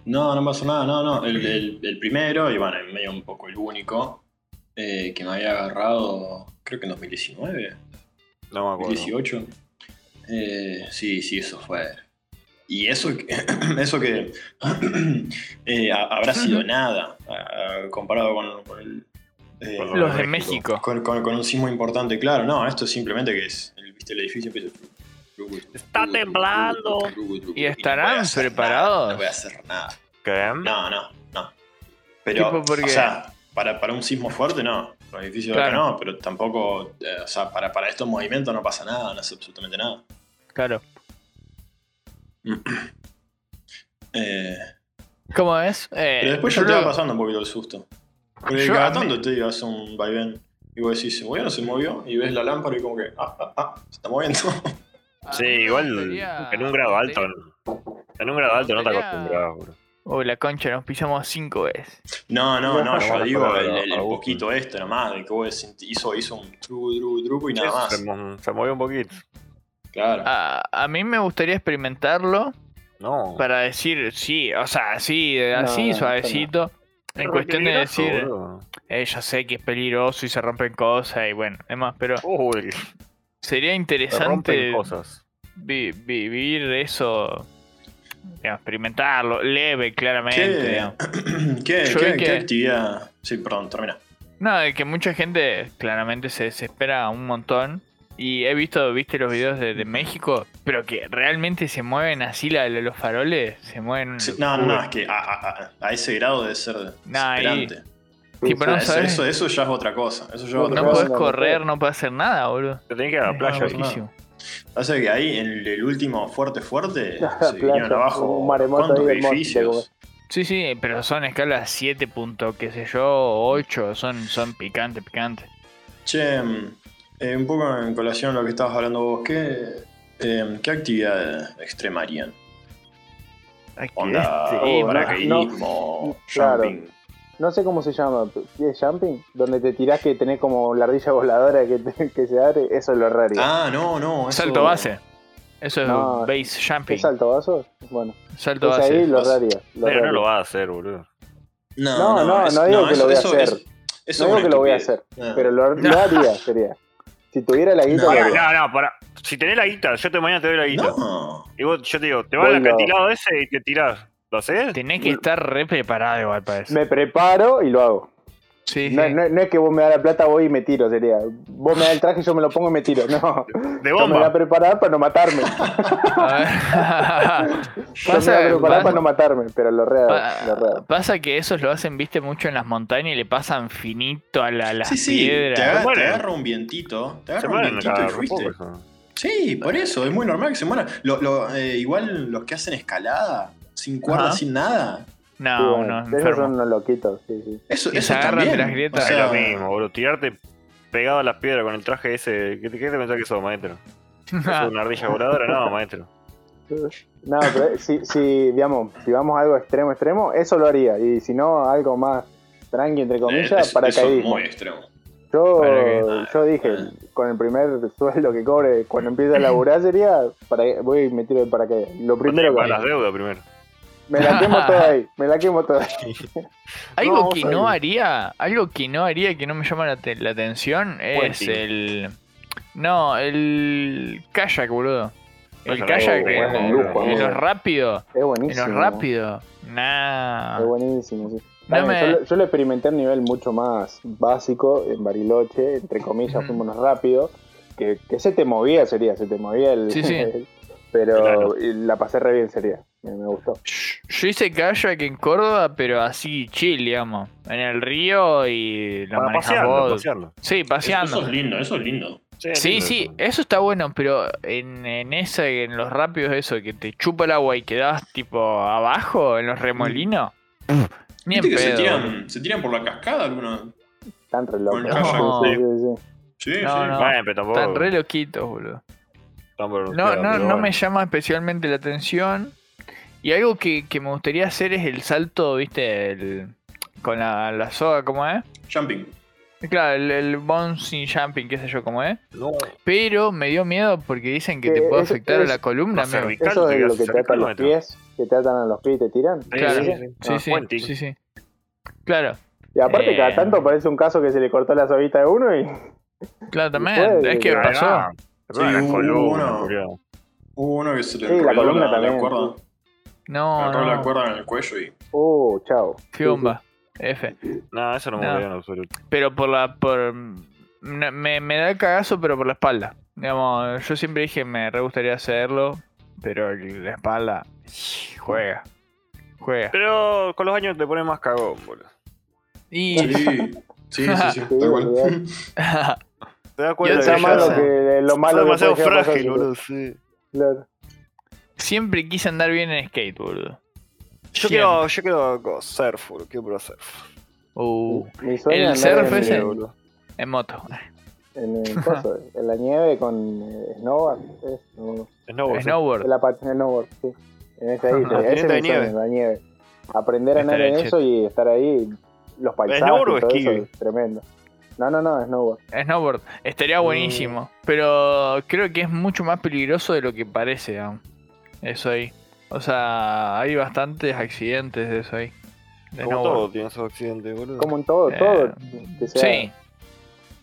A: no, no pasó nada, no, no. El, el- el primero, y bueno, en medio un poco el único, eh, que me había agarrado, creo que en 2019,
C: No me acuerdo.
A: 2018. Eh, sí, sí, eso fue. Y eso, que- *clears throat* eso que *clears throat* eh, ha- habrá sido nada ah, comparado con, con el, eh,
C: Con
B: Los de
C: México.
B: México.
A: Con, con- con un sismo importante, claro. No, esto es simplemente que es. el- ¿Viste el edificio? pues, Empieza-
C: Está temblando.
B: ¿Y estarán
A: voy a hacer
B: preparados?
A: nada, no voy a hacer nada.
C: ¿Qué?
A: No, no, no. Pero,
B: Tipo porque-
A: o sea, para, para un sismo fuerte, no. Los edificios de acá
B: Claro.
A: no, pero tampoco. eh, o sea, para, para estos movimientos no pasa nada, no hace absolutamente nada.
B: Claro.
A: Eh,
B: ¿Cómo es? Eh,
A: pero después
B: yo
A: ya te
B: lo-
A: va pasando un poquito el susto. Porque
B: Yo a
A: cada
B: mí-
A: tanto te digo, hace un vaivén. Y vos decís, bueno, se movió. Y ves la lámpara y como que, ah, ah, ah, se está moviendo. *laughs*
C: Sí, igual en un grado alto. En un grado alto no te
B: Sería-
C: acostumbras, bro.
B: Uy, la concha, nos pisamos cinco veces.
A: No, no, no,
D: No,
A: yo
C: no,
A: digo
C: no,
A: el,
C: no,
A: el- el
C: no,
A: poquito este nomás, de que vos decís, hizo, hizo un truco, truco, truco y nada
C: Se,
A: más.
C: mo- se movió un poquito.
A: Claro.
B: A, a mí me gustaría experimentarlo
C: No.
B: para decir sí, o sea, así, así,
D: no, no.
B: suavecito. En
C: Pero
B: cuestión de
C: peligroso,
B: decir,
C: boludo.
B: eh, yo sé que es peligroso y se rompen cosas y bueno, demás, pero
C: Uy,
B: sería
C: se rompen
B: interesante
C: cosas.
B: vi- vi- vivir eso, digamos, experimentarlo, leve, claramente.
A: ¿Qué,
B: digamos.
A: *clears throat* ¿Qué,
B: Yo
A: qué-
B: vi
A: qué
B: que-
A: actividad? Sí, perdón, termina.
B: No, de que mucha gente claramente se desespera un montón. Y he visto, viste los videos de, de México, pero que realmente se mueven así la, la- los faroles, se mueven. una
A: Sí, no, no,
B: locura.
A: no, es que a, a- a- a ese grado debe ser
B: Nah, ahí-
A: desesperante.
B: Tipo,
A: O sea,
B: no
A: eso,
B: sabes,
A: eso, eso ya es otra cosa. Eso ya es otra
B: no
D: no
A: cosa.
B: podés
D: puedo.
B: correr, no podés hacer nada, boludo.
C: Te tenés que ir a la
B: Es
A: no,
C: playa. bro.
B: buenísimo.
A: Hace que ahí en el, el último fuerte,
D: *laughs*
A: fuerte, se vinieron
D: playa,
A: abajo
D: un maremoto ahí
A: cuántos
D: hermoso,
A: edificios.
B: Sí, sí, pero son escalas 7. Punto, qué sé yo, 8, son, son picante, picante.
A: Che, mm, eh, un poco en colación a lo que estabas hablando vos, ¿qué, eh, ¿qué actividad extrema harían?
B: Ay, qué
A: Onda,
B: bestia.
D: Oh, no,
A: paracaidismo,
D: no, claro.
A: jumping.
D: No sé cómo se llama, ¿qué es jumping? Donde te tirás que tenés como la ardilla voladora que, te- que se abre, eso es lo raro.
A: Ah, no, no. eso-
B: Salto base. Eso es
D: No,
B: base jumping.
D: ¿Es salto vaso? Bueno,
B: Salto
D: es
B: base.
D: ahí lo
A: Vas-
D: raro.
C: Pero no lo va a hacer, boludo.
A: No,
D: No, no,
A: es-
D: no digo que lo voy a hacer.
A: eso
D: No
A: es
D: digo
A: una
D: que lo voy a
A: estupidez.
D: hacer,
A: Ah.
D: pero lo, lo
B: No.
D: haría, sería. Si tuviera la guita,
A: No.
D: lo
C: Pará,
D: haría.
C: no, no, pará. Si tenés la guita, yo te mañana te doy la guita.
A: No.
C: Y vos, yo te digo, te vas al
D: Bueno.
C: acantilado ese y te tirás. ¿Lo haces?
B: Tenés que estar re preparado igual para eso.
D: me preparo y lo hago.
B: Sí,
D: No,
B: sí. *laughs*
D: no- no es que vos me das la plata, voy y me tiro, sería. Vos me das el traje, yo me lo pongo y me tiro. No,
C: De
D: yo me voy a
C: bomba.
D: preparar para no matarme. Yo *laughs*
B: A ver.
D: me voy a
B: pasa,
D: preparar para
B: pasa-
D: no matarme, pero lo real, lo
B: pa-
D: real.
B: pasa que esos lo hacen, viste, mucho en las montañas y le pasan finito a la, las
A: Sí, sí,
B: piedras.
A: te agarra,
C: mueren.
A: te agarra un vientito. Te
C: Se
A: agarra un
C: mueren
A: vientito
C: cada
A: y fuiste.
C: poco, eso.
A: Sí, por eso, es muy normal que se mueran. Lo- lo, eh, igual los que hacen escalada, sin cuerda,
B: Ajá.
A: sin nada.
B: No,
D: Sí, bueno,
B: unos
D: esos son
B: enfermos.
D: unos loquitos, sí, sí.
A: Eso,
B: Que
A: eso
B: se agarran de
A: también.
B: las grietas.
A: O
C: Es
A: sea,
C: lo mismo, boludo. Tirarte pegado a las piedras con el traje ese. ¿Qué te, qué te pensás que
B: *laughs*
C: sos, maestro? ¿Sos una ardilla voladora? No, maestro.
D: No, pero eh, si, si, digamos, si vamos a algo extremo, extremo, eso lo haría. Y si no, algo más tranqui, entre comillas,
A: eh, eso- eso es
D: paracaidismo.
A: muy extremo.
D: Yo,
B: Paracaidismo.
D: yo dije,
A: Ah.
D: con el primer sueldo que cobre, cuando empiece a laburar, sería, para, voy y me tiro de paracaídas. Lo primero que
C: Para las deudas primero.
D: Me la quemo toda ahí, me la quemo toda
A: *laughs*
D: ahí.
B: Algo
D: No,
B: que
D: vos
B: no
D: sabés.
B: haría, algo que no haría y que no me llama la, te- la atención es
C: Puenting.
B: el. No, el kayak, boludo. El kayak
C: Kayak, oh,
B: en,
C: bueno, lujo,
B: en
D: amigo.
B: los rápidos.
D: Es
B: En
D: buenísimo.
B: los rápidos. Nah.
D: Es buenísimo, sí.
B: Ah. No
D: También,
B: me-
D: yo, lo- yo lo experimenté a un nivel mucho más básico en Bariloche, entre comillas,
B: Ujú.
D: fuimos rápido, que, que se te movía, sería, se te movía el...
B: Sí, sí.
D: el- *laughs* pero
C: Claro.
D: y la pasé re bien, sería, me, me gustó.
B: Yo hice kayak en Córdoba, pero así chill, digamos. En el río y lo
C: Para
B: manejas
C: pasearlo,
B: vos.
C: pasearlo.
B: Sí,
A: Eso, eso es
B: paseando.
A: lindo, eso es lindo.
B: Sí,
C: lindo
B: sí, eh,
C: eso.
B: eso está bueno, pero en, en ese, en los rápidos eso, que te chupa el agua y quedás tipo abajo en los remolinos. pf, Ni en
A: Mm. Viste que se
B: pedo.
A: tiran, se tiran por la cascada algunos.
D: Tan re loco.
A: Con
B: No.
D: Sí, sí, sí.
A: Sí,
B: No,
A: sí.
B: no.
C: Bueno, pero tampoco.
B: Están re loquitos, boludo.
C: tampoco nos
B: No, no,
C: queda, pero
B: no me
C: bueno.
B: llama especialmente la atención. Y algo que, que me gustaría hacer es el salto, viste, el, con la, la soga, ¿cómo es?
A: Jumping.
B: Claro, el, el bouncing jumping, qué sé yo cómo es.
C: No,
B: Pero me dio miedo porque dicen que
D: Que
B: te puede
D: es-
B: afectar
D: Eh, es-
B: la columna.
C: la
B: amigo.
C: cervical
D: Eso
C: te
D: es
C: quedas
D: lo que te atan los
C: cervical,
D: pies, que te atan a los pies y te tiran.
C: no
B: Claro.
C: te- Sí, sí, sí.
B: Sí,
C: Ah,
B: sí,
C: puenting.
B: sí, sí. Claro,
D: Y aparte
B: Eh.
D: cada tanto parece un caso que se le cortó la sobita de uno y...
B: claro, también.
D: puede,
B: es que
D: ¿Qué
C: Ahí
B: pasó.
C: va.
A: Sí,
C: Ah, la
A: hubo
C: columna,
A: uno.
C: boludo.
A: Hubo uno que se le
D: Sí, la
A: enrolló
D: columna también.
A: cuerda.
B: No,
A: agarró la
B: no.
A: cuerda en el cuello y.
D: Uh, chao.
B: Fiumba. F.
C: No, eso no me
B: No.
C: volvió en absoluto.
B: pero por la por me, me- me da el cagazo pero por la espalda digamos yo siempre dije me re gustaría hacerlo pero la espalda juega juega
C: Pero con los años te pones más cagón, boludo.
B: y
A: Sí, sí,
B: *laughs*
A: sí, sí,
D: Sí,
A: tal cual.
D: olvidate.
C: ¿Te das cuenta?
B: Yo
D: Está
C: que
B: sé,
C: ya
D: malo
B: sé.
D: que lo malo
C: sos
D: que
C: demasiado
D: puede llegar a pasar,
C: frágil,
D: sí.
C: boludo, sí.
D: Claro.
B: *laughs* siempre quise andar bien en skate boludo
C: Yo
B: Siempre.
C: quiero, yo quiero co- surf, boludo. Quiero probar surf.
B: Uh,
D: Mi sueño
B: El
D: es andar
B: surf
D: en-
B: ese.
D: en-
B: en moto
D: En,
C: *laughs*
D: el coso, en la nieve con eh, snowboard. es, no,
C: Snowboard. Oh, sí.
B: snowboard
D: la pat- snowboard, sí. En esa
C: *laughs*
D: isla.
C: Ajá.
D: ese es
C: Patineta de
D: mi sueño,
C: nieve.
D: la nieve. Aprender a andar
B: Estaría
D: en
B: cheto.
D: eso y estar ahí. Los paisajes.
C: ¿Snowboard o
D: y todo eso,
C: esquí?
D: es tremendo. No, no, no, snowboard.
B: snowboard estaría buenísimo pero creo que es mucho más peligroso de lo que parece digamos. eso ahí o sea hay bastantes accidentes de eso ahí de
C: Como
B: snowboard.
C: todo tiene esos accidentes, boludo.
D: Como en todo,
B: Eh,
D: todo. Que sea
B: sí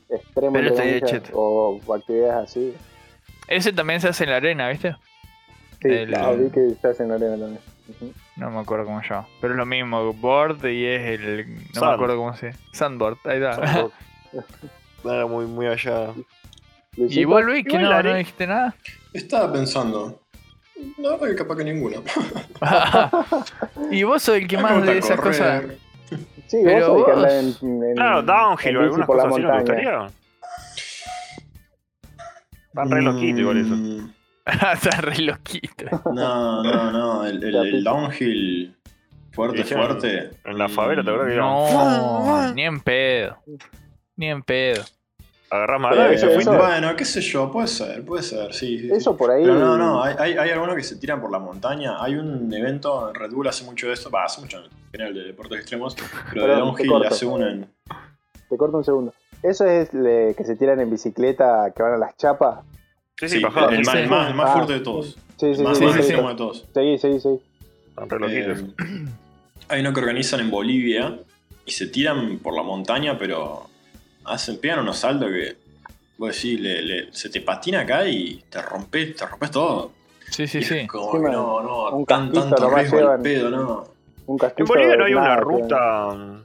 D: extremo
B: pero
D: entre
B: estaría
D: comillas,
B: cheto.
D: o, o actividades así.
B: Ese también se hace en la arena, ¿viste?
D: Sí,
B: El-
D: claro, vi que se hacen arena también. Ujú.
B: No me acuerdo cómo se llama. Pero es lo mismo, board y es el. No
C: Sand.
B: me acuerdo cómo se Sandboard, ahí *laughs* está.
C: Nada, muy, muy allá.
B: ¿Y
D: Luisito,
B: vos, Luis, que
C: Igual
B: no,
C: la
B: no
C: are-
B: dijiste nada?
A: *laughs*
B: *laughs*
A: Estaba pensando. La verdad que capaz que ninguno.
B: y vos sos el que
A: Me
B: más
A: gusta
B: de esas
A: correr.
B: cosas. *laughs*
D: Sí,
B: Pero
D: vos sabés que
B: vos-
D: andás en, en-
C: Claro, downhill
D: en
C: o
D: bici
C: algunas
D: por la
C: cosas así no te
D: montaña.
C: gustaría. Van re loquitos igual eso.
A: Mm,
B: Estás re loquito.
A: No, no, no. El, el- el downhill fuerte,
C: Dije,
A: fuerte.
C: en la favela, ¿te acuerdas que
B: No, ni en pedo. Ni en pedo.
C: Agarrás
A: Eh,
C: madera y
D: eso-
C: te fuiste.
D: eso-
A: bueno, qué sé yo, puede ser, puede ser, sí. sí, sí.
D: Eso por ahí.
A: Pero no, no, hay, hay, hay algunos que se tiran por la montaña. Hay un evento en Red Bull hace mucho de esto, va, hace mucho en general de deportes extremos, pero de
D: Perdón, te
A: downhill
D: corto.
A: hace uno en.
D: Te corto un segundo. Eso es le- que se tiran en bicicleta, que van a las chapas.
C: Sí,
A: Sí,
C: sí,
A: el,
C: bajaba.
A: el más,
B: Sí.
A: el más- el más
D: Ah.
A: fuerte de todos.
D: Sí,
A: El
D: sí,
A: más,
D: sí.
A: más
D: sí, sí.
A: extremo de todos.
D: Seguí, seguí, seguí.
C: Van re loquitos.
A: Eh, hay uno que organizan en Bolivia y se tiran por la montaña, pero hacen, pegan unos saltos que vos decís, le- le- se te patina acá y te rompes, te rompes todo.
B: Sí, sí,
A: Y es
B: sí.
A: como
D: Sí,
A: que
D: man.
A: no, no,
D: Un
A: tan,
D: casquito
A: tanto
D: nomás
A: riesgo al
D: llevan.
A: pedo, no.
D: Un castillo.
C: En Bolivia no hay
D: de
C: una
D: nada,
C: ruta mm,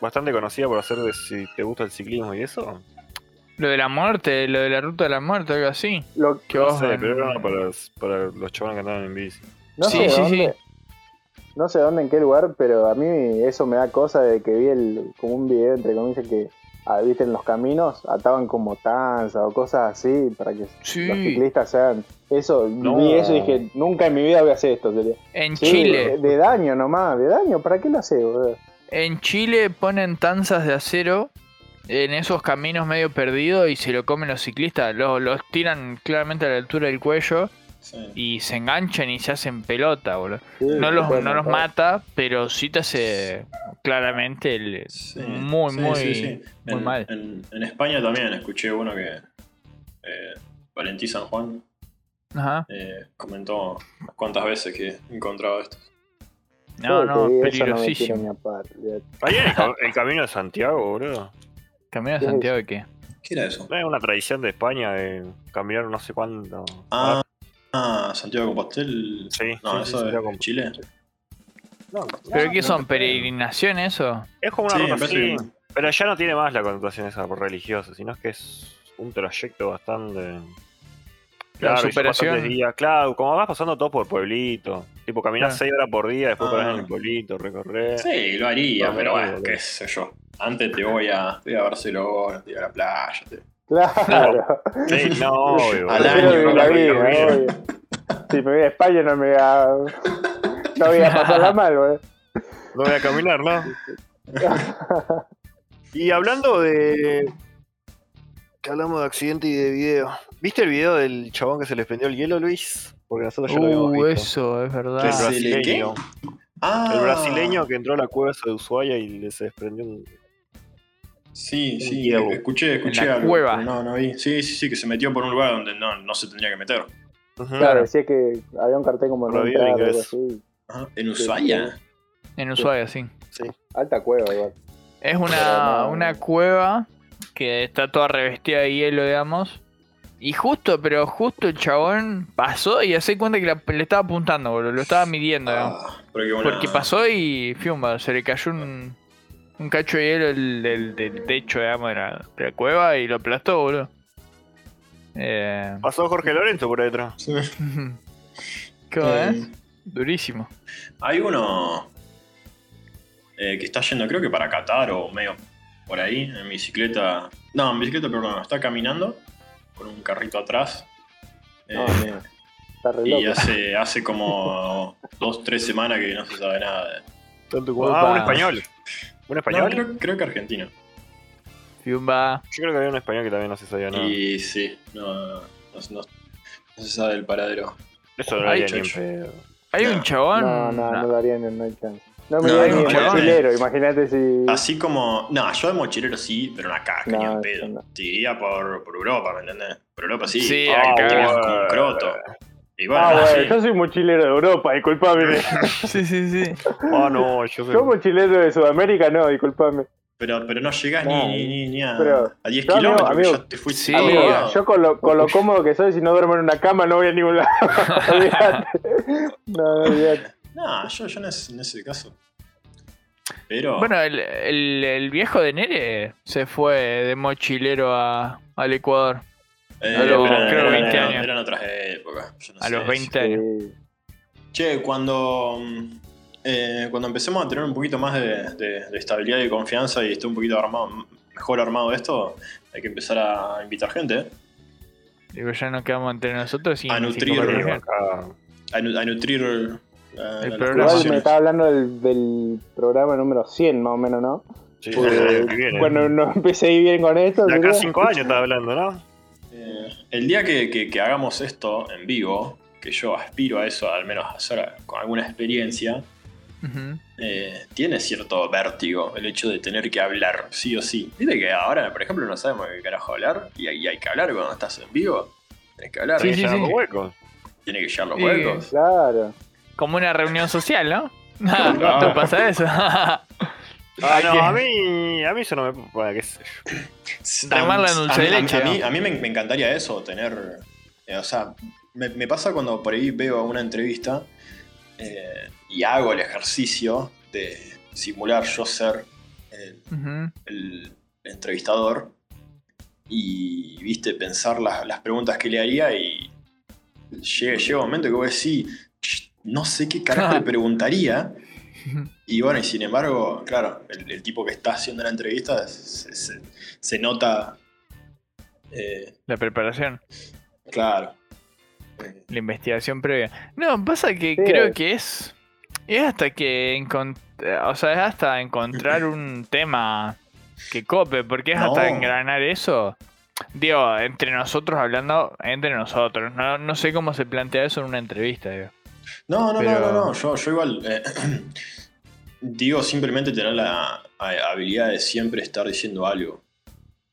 C: bastante conocida por hacer de si te gusta el ciclismo y eso.
B: Lo de la muerte, lo de la ruta de la muerte, algo así.
D: que- lo-
B: Que
C: No
B: vos
C: sé,
B: en-
C: pero era para, para los chavales que andaban en bici.
D: no
B: Sí,
D: sé
B: sí, sí.
D: dónde- No sé dónde, en qué lugar, pero a mí eso me da cosa de que vi el, como un video, entre comillas, que ah, viste en los caminos ataban como tanza o cosas así para que los
B: Sí,
D: ciclistas sean. Eso,
C: No.
D: vi eso y dije, nunca en mi vida voy a hacer esto. sería.
B: en
D: Sí, eh.
B: Chile.
D: De, de daño nomás, de daño, ¿para qué lo haces, boludo?
B: En Chile ponen tanzas de acero en esos caminos medio perdidos y se lo comen los ciclistas. Los, los tiran claramente a la altura del cuello
A: Sí.
B: y se enganchan y se hacen pelota, boludo.
D: Sí,
B: No los,
D: bueno,
B: no los
D: pa-
B: mata, pero sí te hace claramente el...
A: Sí,
B: Muy, muy- muy
A: en,
B: mal.
A: En, en España también escuché uno que eh, Valentí San Juan
B: Ajá.
A: eh, comentó cuántas veces que encontraba esto.
B: No,
D: Uy,
B: no,
D: que eso no me quiero
B: peligrosísimo.
D: ni a par, olvidate.
C: Ahí en el, ca- el camino de Santiago, boludo.
B: Camino de
D: ¿Qué es
B: Santiago de qué?
A: ¿Qué era eso?
C: No es una tradición de España de caminar no sé cuánto.
A: Ah, ah, Santiago de Compostela.
C: Sí,
A: No,
C: sí,
A: eso
C: sí,
A: es
C: Santiago de
A: Chile.
C: No,
B: ¿Pero
C: no,
B: qué
C: no
B: son?
C: te creo.
B: ¿Peregrinaciones eso?
C: Es como una
A: Sí, me
C: ruta
A: parece
C: así,
A: que-
C: pero ya no tiene más la connotación esa religiosa, sino es que es un trayecto bastante.
B: La
C: Claro, y son
B: superación.
C: bastantes días. Claro, como vas pasando todo por pueblito. Tipo,
B: Claro.
C: caminás 6 horas por día, después
A: Ah.
C: parás en el pueblito, recorrer.
A: Sí, lo haría,
C: No,
A: pero
C: no,
A: bueno,
C: no.
A: qué sé yo. Antes te voy a, te voy a Barcelona, te voy a la playa. te-
D: *laughs* Claro,
C: Sí, no, obvio.
A: Al
C: boludo.
A: año,
D: prefiero vivir
A: no
D: la
A: la
D: vida,
A: vida.
D: obvio. Si me voy a España no me voy a, no voy a pasarla mal, boludo.
C: No voy a caminar, ¿no? y hablando de. Que hablamos de accidente y de video. ¿Viste el video del chabón que se les prendió el hielo, Luis? Porque nosotros ya lo habíamos
B: Uh,
C: visto.
B: eso, es
C: El
A: Ah. Sí.
B: verdad.
A: ¿Se le qué?
C: brasileño.
A: Ah,
C: El brasileño que entró a la cueva esa de Ushuaia y le se desprendió un.
A: Sí, sí,
D: Diego.
A: escuché, escuché
B: En la
A: algo,
B: cueva.
A: pero No, no vi. Sí, sí, sí, que se metió por un lugar donde no, no se tendría que meter.
C: Ujú.
D: Claro, decía que había un cartel como
C: No
D: no
C: había
D: entrar, algo
C: ingreso.
D: así.
A: Ajá. En Ushuaia.
B: En Ushuaia, sí.
D: Alta cueva igual.
B: Es
D: Pero
B: una,
D: no-
B: una cueva que está toda revestida de hielo, digamos. Y justo, pero justo el chabón pasó y hace cuenta que la- le estaba apuntando, boludo. Lo estaba midiendo, digamos.
A: Ah, pero qué buena-
B: Porque pasó y fiumba, se le cayó un, un cacho de hielo del, del- del techo, digamos, de la, de la cueva y lo aplastó, boludo. Eh, *laughs*
C: Pasó Jorge Lorenzo por ahí atrás.
A: Sí.
B: ¿Cómo es?
A: Eh,
B: Durísimo.
A: Hay uno eh, que está yendo, creo que para Qatar o medio por ahí, en bicicleta. No, en bicicleta, perdón, está caminando con un carrito atrás. Eh,
D: No, Ah, mira, Está re
A: y
D: loco.
A: hace, hace como *laughs* dos, tres semanas que no se sabe nada. de-
C: Tanto
B: como-
C: Ah, un
B: Opa.
C: español. ¿Un
A: No,
C: español?
A: creo, creo que argentino.
B: Fiumba.
C: Yo creo que había un español que también no se sabía
D: Ah.
C: nada.
A: Y sí, no, no, no, no- no se sabe el paradero.
C: Eso no lo
B: Ay,
C: había ni en
A: chacho.
C: pedo.
B: Hay
A: No.
B: un chabón.
D: No, no,
B: nah.
D: no darían no hay chance. No me
A: No, Ah,
D: darían
B: no,
D: ni en
B: chabón.
D: mochilero, imagínate si.
A: Así como. No, yo de mochilero sí, pero una caca, ni
D: No,
A: en pedo.
D: no.
A: Te iría por, por Europa, ¿me entendés? Por Europa sí.
B: Sí,
A: Ah,
B: acá.
A: tenías como un croto. Y bueno,
D: ah,
A: sí.
D: bueno, yo soy mochilero de Europa, disculpame.
B: *laughs* Sí, sí, sí.
C: Ah, no, yo sé.
D: Yo mochilero de Sudamérica, no, disculpame.
A: pero, pero no llegás
D: No,
A: ni, ni, ni a,
D: pero-
A: a 10
D: yo, amigo,
A: kilómetros, que
D: amigo-
A: ya te fuiste.
B: Sí,
A: todo
D: Amigo,
A: cagado.
D: yo con lo, con lo cómodo que soy, si no duermo en una cama, no voy a ningún lado. *laughs* Olvídate. no, no, olvídate.
A: No, yo, yo en, ese, en ese caso. Pero.
B: Bueno, el, el- el viejo de Nere se fue de mochilero a, al Ecuador
A: eh,
B: a los-
A: eran-
B: creo
A: eran-
B: 20
A: eran-
B: años.
A: Eran otras épocas. yo no
B: a
A: sé
B: los
A: si-
B: 20 años.
D: Sí.
A: Che, cuando, mm, eh, cuando empecemos a tener un poquito más de, de- de estabilidad y confianza y esté un poquito armado, m- mejor armado esto, hay que empezar a invitar gente, ¿eh?
B: Digo, ya nos quedamos entre nosotros y
A: A nutrir,
B: conversación.
C: Acá.
A: a, nu- a nutrir eh, la- las
B: El programa.
D: Igual me
A: conversaciones.
D: estaba hablando del, del programa número 100, más o menos, ¿no?
C: Sí,
B: Pues,
D: Porque
C: el año que viene.
D: cuando no empecé a ir bien con esto,
C: De acá
D: ¿verdad?
C: cinco años estaba hablando, ¿no?
A: Eh, el día que, que- que hagamos esto en vivo, que yo aspiro a eso, al menos a hacer con alguna experiencia,
B: Ujú.
A: eh, tiene cierto vértigo el hecho de tener que hablar, sí o sí. Viste que ahora, por ejemplo, no sabemos qué carajo hablar y, y hay que hablar cuando estás en vivo. Tenés que hablar,
B: Sí,
A: eh,
C: Había
B: sí,
C: que llenar
B: sí.
C: los huecos.
A: tiene que llegar los
B: Sí.
A: huecos.
D: Claro.
B: Como una reunión social, ¿no? *laughs*
A: Claro.
B: ¿Te pasa eso? *laughs*
C: Ah,
B: Hay que-
C: no, a mí, a mí eso no me. Bueno, qué sé yo.
B: Remarla en dulce
A: a, mí-
B: de
A: a mí-
B: leche,
A: a mí,
B: ¿no?
A: a mí me, me encantaría eso, tener. eh, o sea, me, me pasa cuando por ahí veo una entrevista eh, y hago el ejercicio de simular yo ser el,
B: Ujú.
A: el entrevistador y, viste, pensar las, las preguntas que le haría y llega, llega un momento que voy a decir, no sé qué carajo
B: *laughs*
A: le preguntaría. Y bueno, y sin embargo, claro, el, el tipo que está haciendo la entrevista se, se- se nota. eh,
B: La preparación,
A: claro. Eh,
B: la investigación previa. No, pasa que
D: Sí.
B: creo que es. Es hasta que. encon- O sea, es hasta
A: *laughs*
B: encontrar un tema que cope, porque es
A: No.
B: hasta engranar eso. Digo, entre nosotros hablando, entre nosotros. No, no sé cómo se plantea eso en una entrevista, digo.
A: No, no,
B: Pero-
A: no, no, no, Yo, yo igual. eh, *clears throat* digo, simplemente tener la eh, habilidad de siempre estar diciendo algo.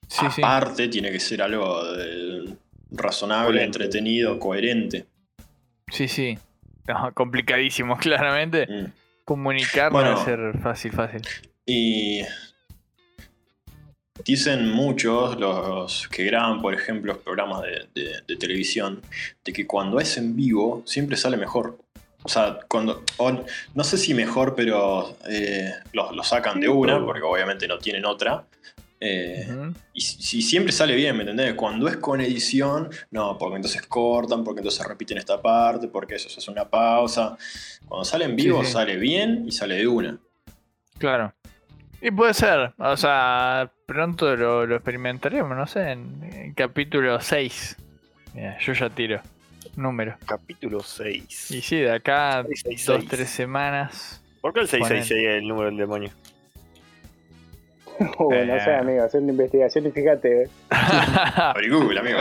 B: Sí, sí.
A: Aparte, tiene que ser algo eh, razonable,
C: Coherente.
A: entretenido, coherente.
B: Sí, sí. No, complicadísimo, *laughs* claramente.
A: Mm.
B: Comunicar no
A: Bueno.
B: va a ser fácil,
A: *laughs*
B: fácil.
A: Y dicen muchos los que graban, por ejemplo, programas de, de- de televisión, de que cuando es en vivo siempre sale mejor. O sea, cuando. o- no sé si mejor, pero eh, lo, lo sacan de una, porque obviamente no tienen otra. Eh,
B: Ujú.
A: y si- si siempre sale bien, ¿me entendés? Cuando es con edición, no, porque entonces cortan, porque entonces repiten esta parte, porque eso se hace una pausa. Cuando sale en vivo,
B: sí.
A: sale bien y sale de una.
B: Claro. Y puede ser, o sea, pronto lo, lo experimentaremos, no sé, en, en capítulo 6. Mira, yo ya tiro. Número.
C: Capítulo 6.
B: Y sí, de acá dos,
C: 666.
B: tres semanas.
C: ¿Por qué el 666 es el número del demonio?
D: Bueno,
B: Eh.
D: o sea, amigo, hacer una investigación y fíjate. eh.
A: Abrí Ah, Google,
D: *laughs*
A: amigo.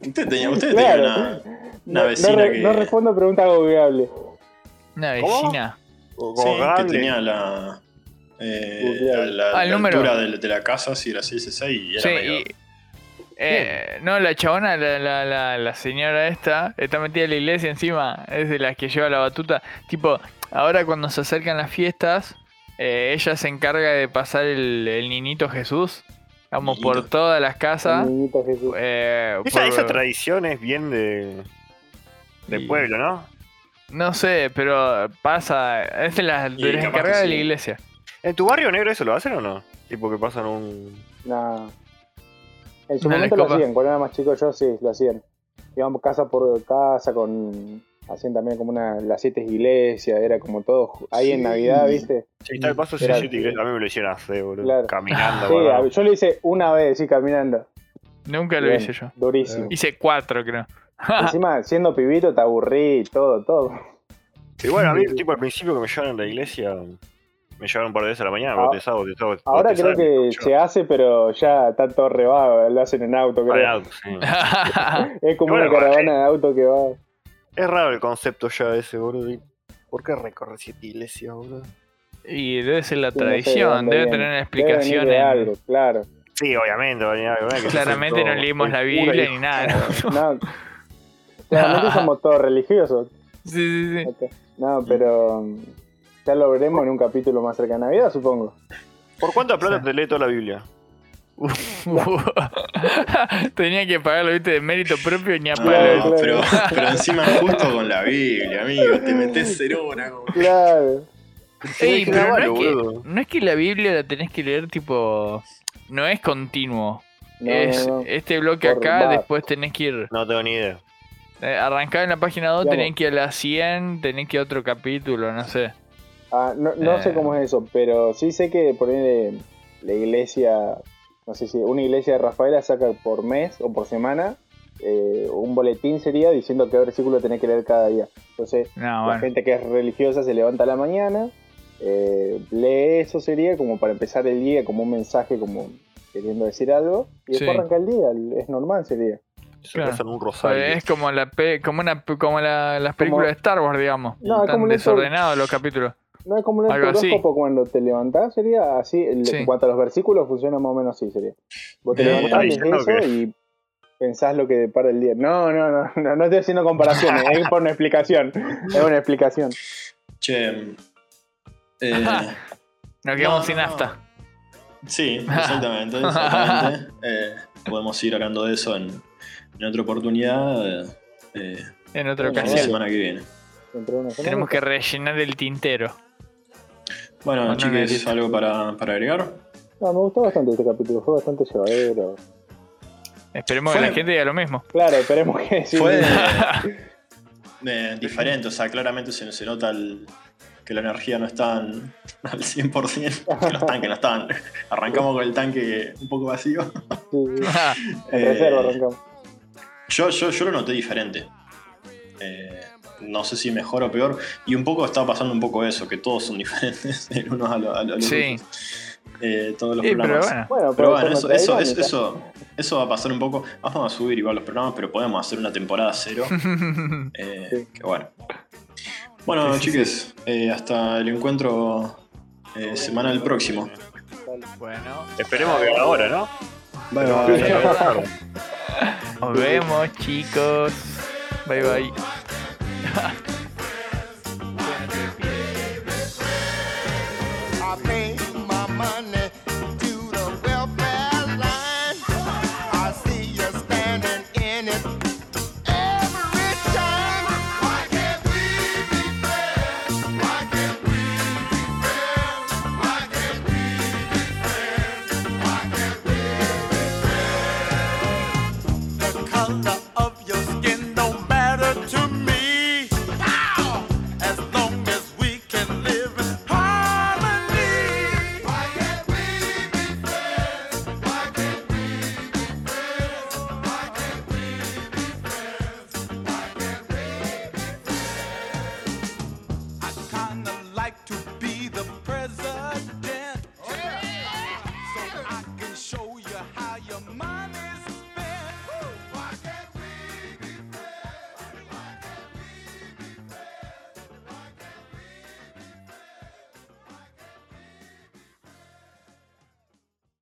A: Usted tenía, usted
D: Claro.
A: tenía una, una
D: No-
A: vecina
D: no, re-
A: que,
D: no respondo preguntas googleables.
B: Una
C: ¿Cómo?
B: vecina.
C: O
A: sí,
C: como
A: que
C: Gandhi.
A: tenía la, eh, la, la-
B: Ah, el
A: la
B: número.
A: altura de, de la casa, si era 666 y era
B: Sí,
A: medio-
B: y- eh, no, la chabona, la, la- la- la señora esta, está metida en la iglesia encima, es de las que lleva la batuta. Tipo, ahora cuando se acercan las fiestas, eh, ella se encarga de pasar el, el niñito Jesús. Vamos por
A: Niñito.
B: todas las casas.
D: Niñito Jesús.
B: eh,
C: Esa,
B: por-
C: esa tradición es bien de, de
B: Y-
C: pueblo, ¿no?
B: No sé, pero pasa. Es de las, de
A: Y
B: las
A: capaz que
B: encargadas de la
A: sí.
B: iglesia.
C: ¿En tu barrio negro eso lo hacen o no? Tipo que pasan un...
D: No. En su
B: No les
D: momento lo
B: copa.
D: hacían, cuando era más chico yo sí, lo hacían. Íbamos casa por casa con... Hacían también como una... Las siete iglesias, era como todo... ju- Ahí en
A: Sí.
D: Navidad, ¿viste?
C: Sí, tal paso,
D: Era-
C: sí, sí, te- a mí me lo hicieron hacer, boludo.
D: Claro. *laughs*
C: Caminando,
D: Sí,
C: boludo.
D: a- yo lo hice una vez, sí, caminando.
B: Nunca lo
D: Bien,
B: hice yo. Eh.
D: Durísimo.
B: Hice cuatro, creo. *laughs*
D: Encima, siendo pibito, te aburrí, todo, todo.
C: Y bueno, a mí, tipo, al principio que me llevaron a la iglesia, me llevaron un par de veces a la mañana,
D: Ah-
C: bautizado, bautizado.
D: Ahora
C: bautizado,
D: creo que
C: yo-
D: se hace, pero ya está todo rebado, lo hacen en auto, creo.
C: al auto, sí.
D: *laughs* Es como
C: Bueno,
D: una caravana de auto que va...
C: Es raro el concepto ya ese, boludo. ¿Y ¿Por qué recorrer siete iglesias, boludo?
B: y debe ser la
D: no sé de
B: tradición,
D: dónde
B: debe
D: viene.
B: tener una
D: Debe venir
B: explicación.
D: de
B: en-
D: algo, claro.
C: Sí, obviamente, Daniel, ¿verdad? Que se
B: Claramente
C: sentó
B: no leímos la
C: el cura
B: Biblia
C: y-
B: ni nada. ¿no?
D: Eh, No. Claramente somos todos religiosos.
B: Sí, *laughs* sí, sí.
D: Ok. No, pero mm, ya lo veremos en un capítulo más cerca de Navidad, supongo.
C: ¿Por cuánta plata te lee toda la Biblia?
B: *laughs* Tenía que pagarlo, viste, de mérito propio ni a
A: Ah, No,
B: palo.
D: Claro.
A: pero, pero encima justo con la Biblia, amigo, te metes cerona. como-
D: Claro.
B: Ey,
C: Sí,
B: pero
C: claro,
B: no, es
C: boludo.
B: que, no es que la Biblia la tenés que leer tipo. No es continuo.
D: No,
B: es
D: no, no.
B: este bloque
D: Por
B: acá,
D: bar.
B: después tenés que ir.
C: No tengo ni idea.
B: Eh, arrancaba en la página 2,
D: Digamos.
B: tenés que ir a la 100, tenés que ir a otro capítulo, no sé.
D: Ah, no, no
B: Eh.
D: sé cómo es eso, pero sí sé que por ahí la iglesia, no sé si una iglesia de Rafaela saca por mes o por semana eh, un boletín sería diciendo qué versículo tenés que leer cada día. Entonces,
B: No,
D: La
B: Ah, bueno.
D: gente que es religiosa se levanta a la mañana, eh, lee eso sería como para empezar el día, como un mensaje, como queriendo decir algo, y después
B: Sí.
D: arranca el día, el- es normal sería.
C: Se
B: Claro. Pues
C: pasan un rosario.
B: Es como la pe- como una como la- las películas
D: Como-
B: de Star Wars, digamos.
D: No, es
B: Están
D: como un auto-
B: desordenados los capítulos.
D: No es como un
B: Algo así.
D: horóscopo cuando te levantás, sería así, el-
B: Sí. Eh,
D: en cuanto a los versículos funciona más o menos así, sería. Vos te
A: Bien.
D: levantás, lees
C: Diciendo
D: eso
C: que-
D: y pensás lo que depara el día. No, no, no, no, no estoy haciendo
B: *laughs*
D: comparaciones, es por una explicación, es una explicación.
A: Che. eh,
B: *laughs* Nos quedamos
A: no,
B: sin
A: no,
B: hasta.
A: sí, exactamente.
B: *laughs*
A: exactamente. Eh, podemos ir hablando de eso en, en otra oportunidad. eh, eh,
B: En otra
D: No,
A: la
D: Casi.
B: ocasión.
D: dale.
A: semana que viene.
D: Entre uno y otro.
B: Tenemos que rellenar el tintero.
A: Bueno,
B: Bueno,
A: chicos,
B: Nelly.
A: ¿algo para, para agregar?
D: No, me gustó bastante este capítulo, fue bastante llevadero.
B: Esperemos que
A: Fue-
B: la gente diga lo mismo.
D: Claro, esperemos que sí. *laughs*
A: Fue eh, diferente, o sea, claramente se, se nota el- que la energía no está en- *laughs* al 100%, que
D: *laughs*
A: los tanques no están. Arrancamos con el tanque un poco vacío.
D: Sí, sí.
B: Ah,
D: En
A: Eh,
D: reserva arrancamos.
A: Yo, yo, yo lo noté diferente. Eh, no sé si mejor o peor. Y un poco está pasando un poco eso, que todos son diferentes *laughs* el uno a lo- a lo- a los
B: sí,
A: otros. Eh, todos los
B: Sí, pero
A: programas.
B: bueno.
D: Bueno,
A: Pero
D: puede
A: bueno,
D: ser
A: eso, eso,
D: nuestra
A: eso,
D: dinámica.
A: eso, eso va a pasar un poco. Vamos a subir igual los programas, pero podemos hacer una temporada
B: *laughs*
A: cero. Eh,
D: Sí.
A: que bueno. Bueno, chiques, eh, hasta el encuentro eh, semanal próximo.
B: bueno,
C: Esperemos que ahora, ¿no?
A: Bye,
D: né?
A: bye. *laughs*
C: Claro.
B: nos vemos, chicos. Bye bye.
E: I pay my money to the welfare line. I see you standing in it every time. Why can't we be fair? Why can't we be fair? Why can't we be fair? Why can't we be fair? The color of your skin don't matter to me. As long as we can live in harmony. Why can't we be friends? Why can't we be friends? Why can't we be friends? Why can't we be friends? I kinda like to be the president. So I can show you how your mind.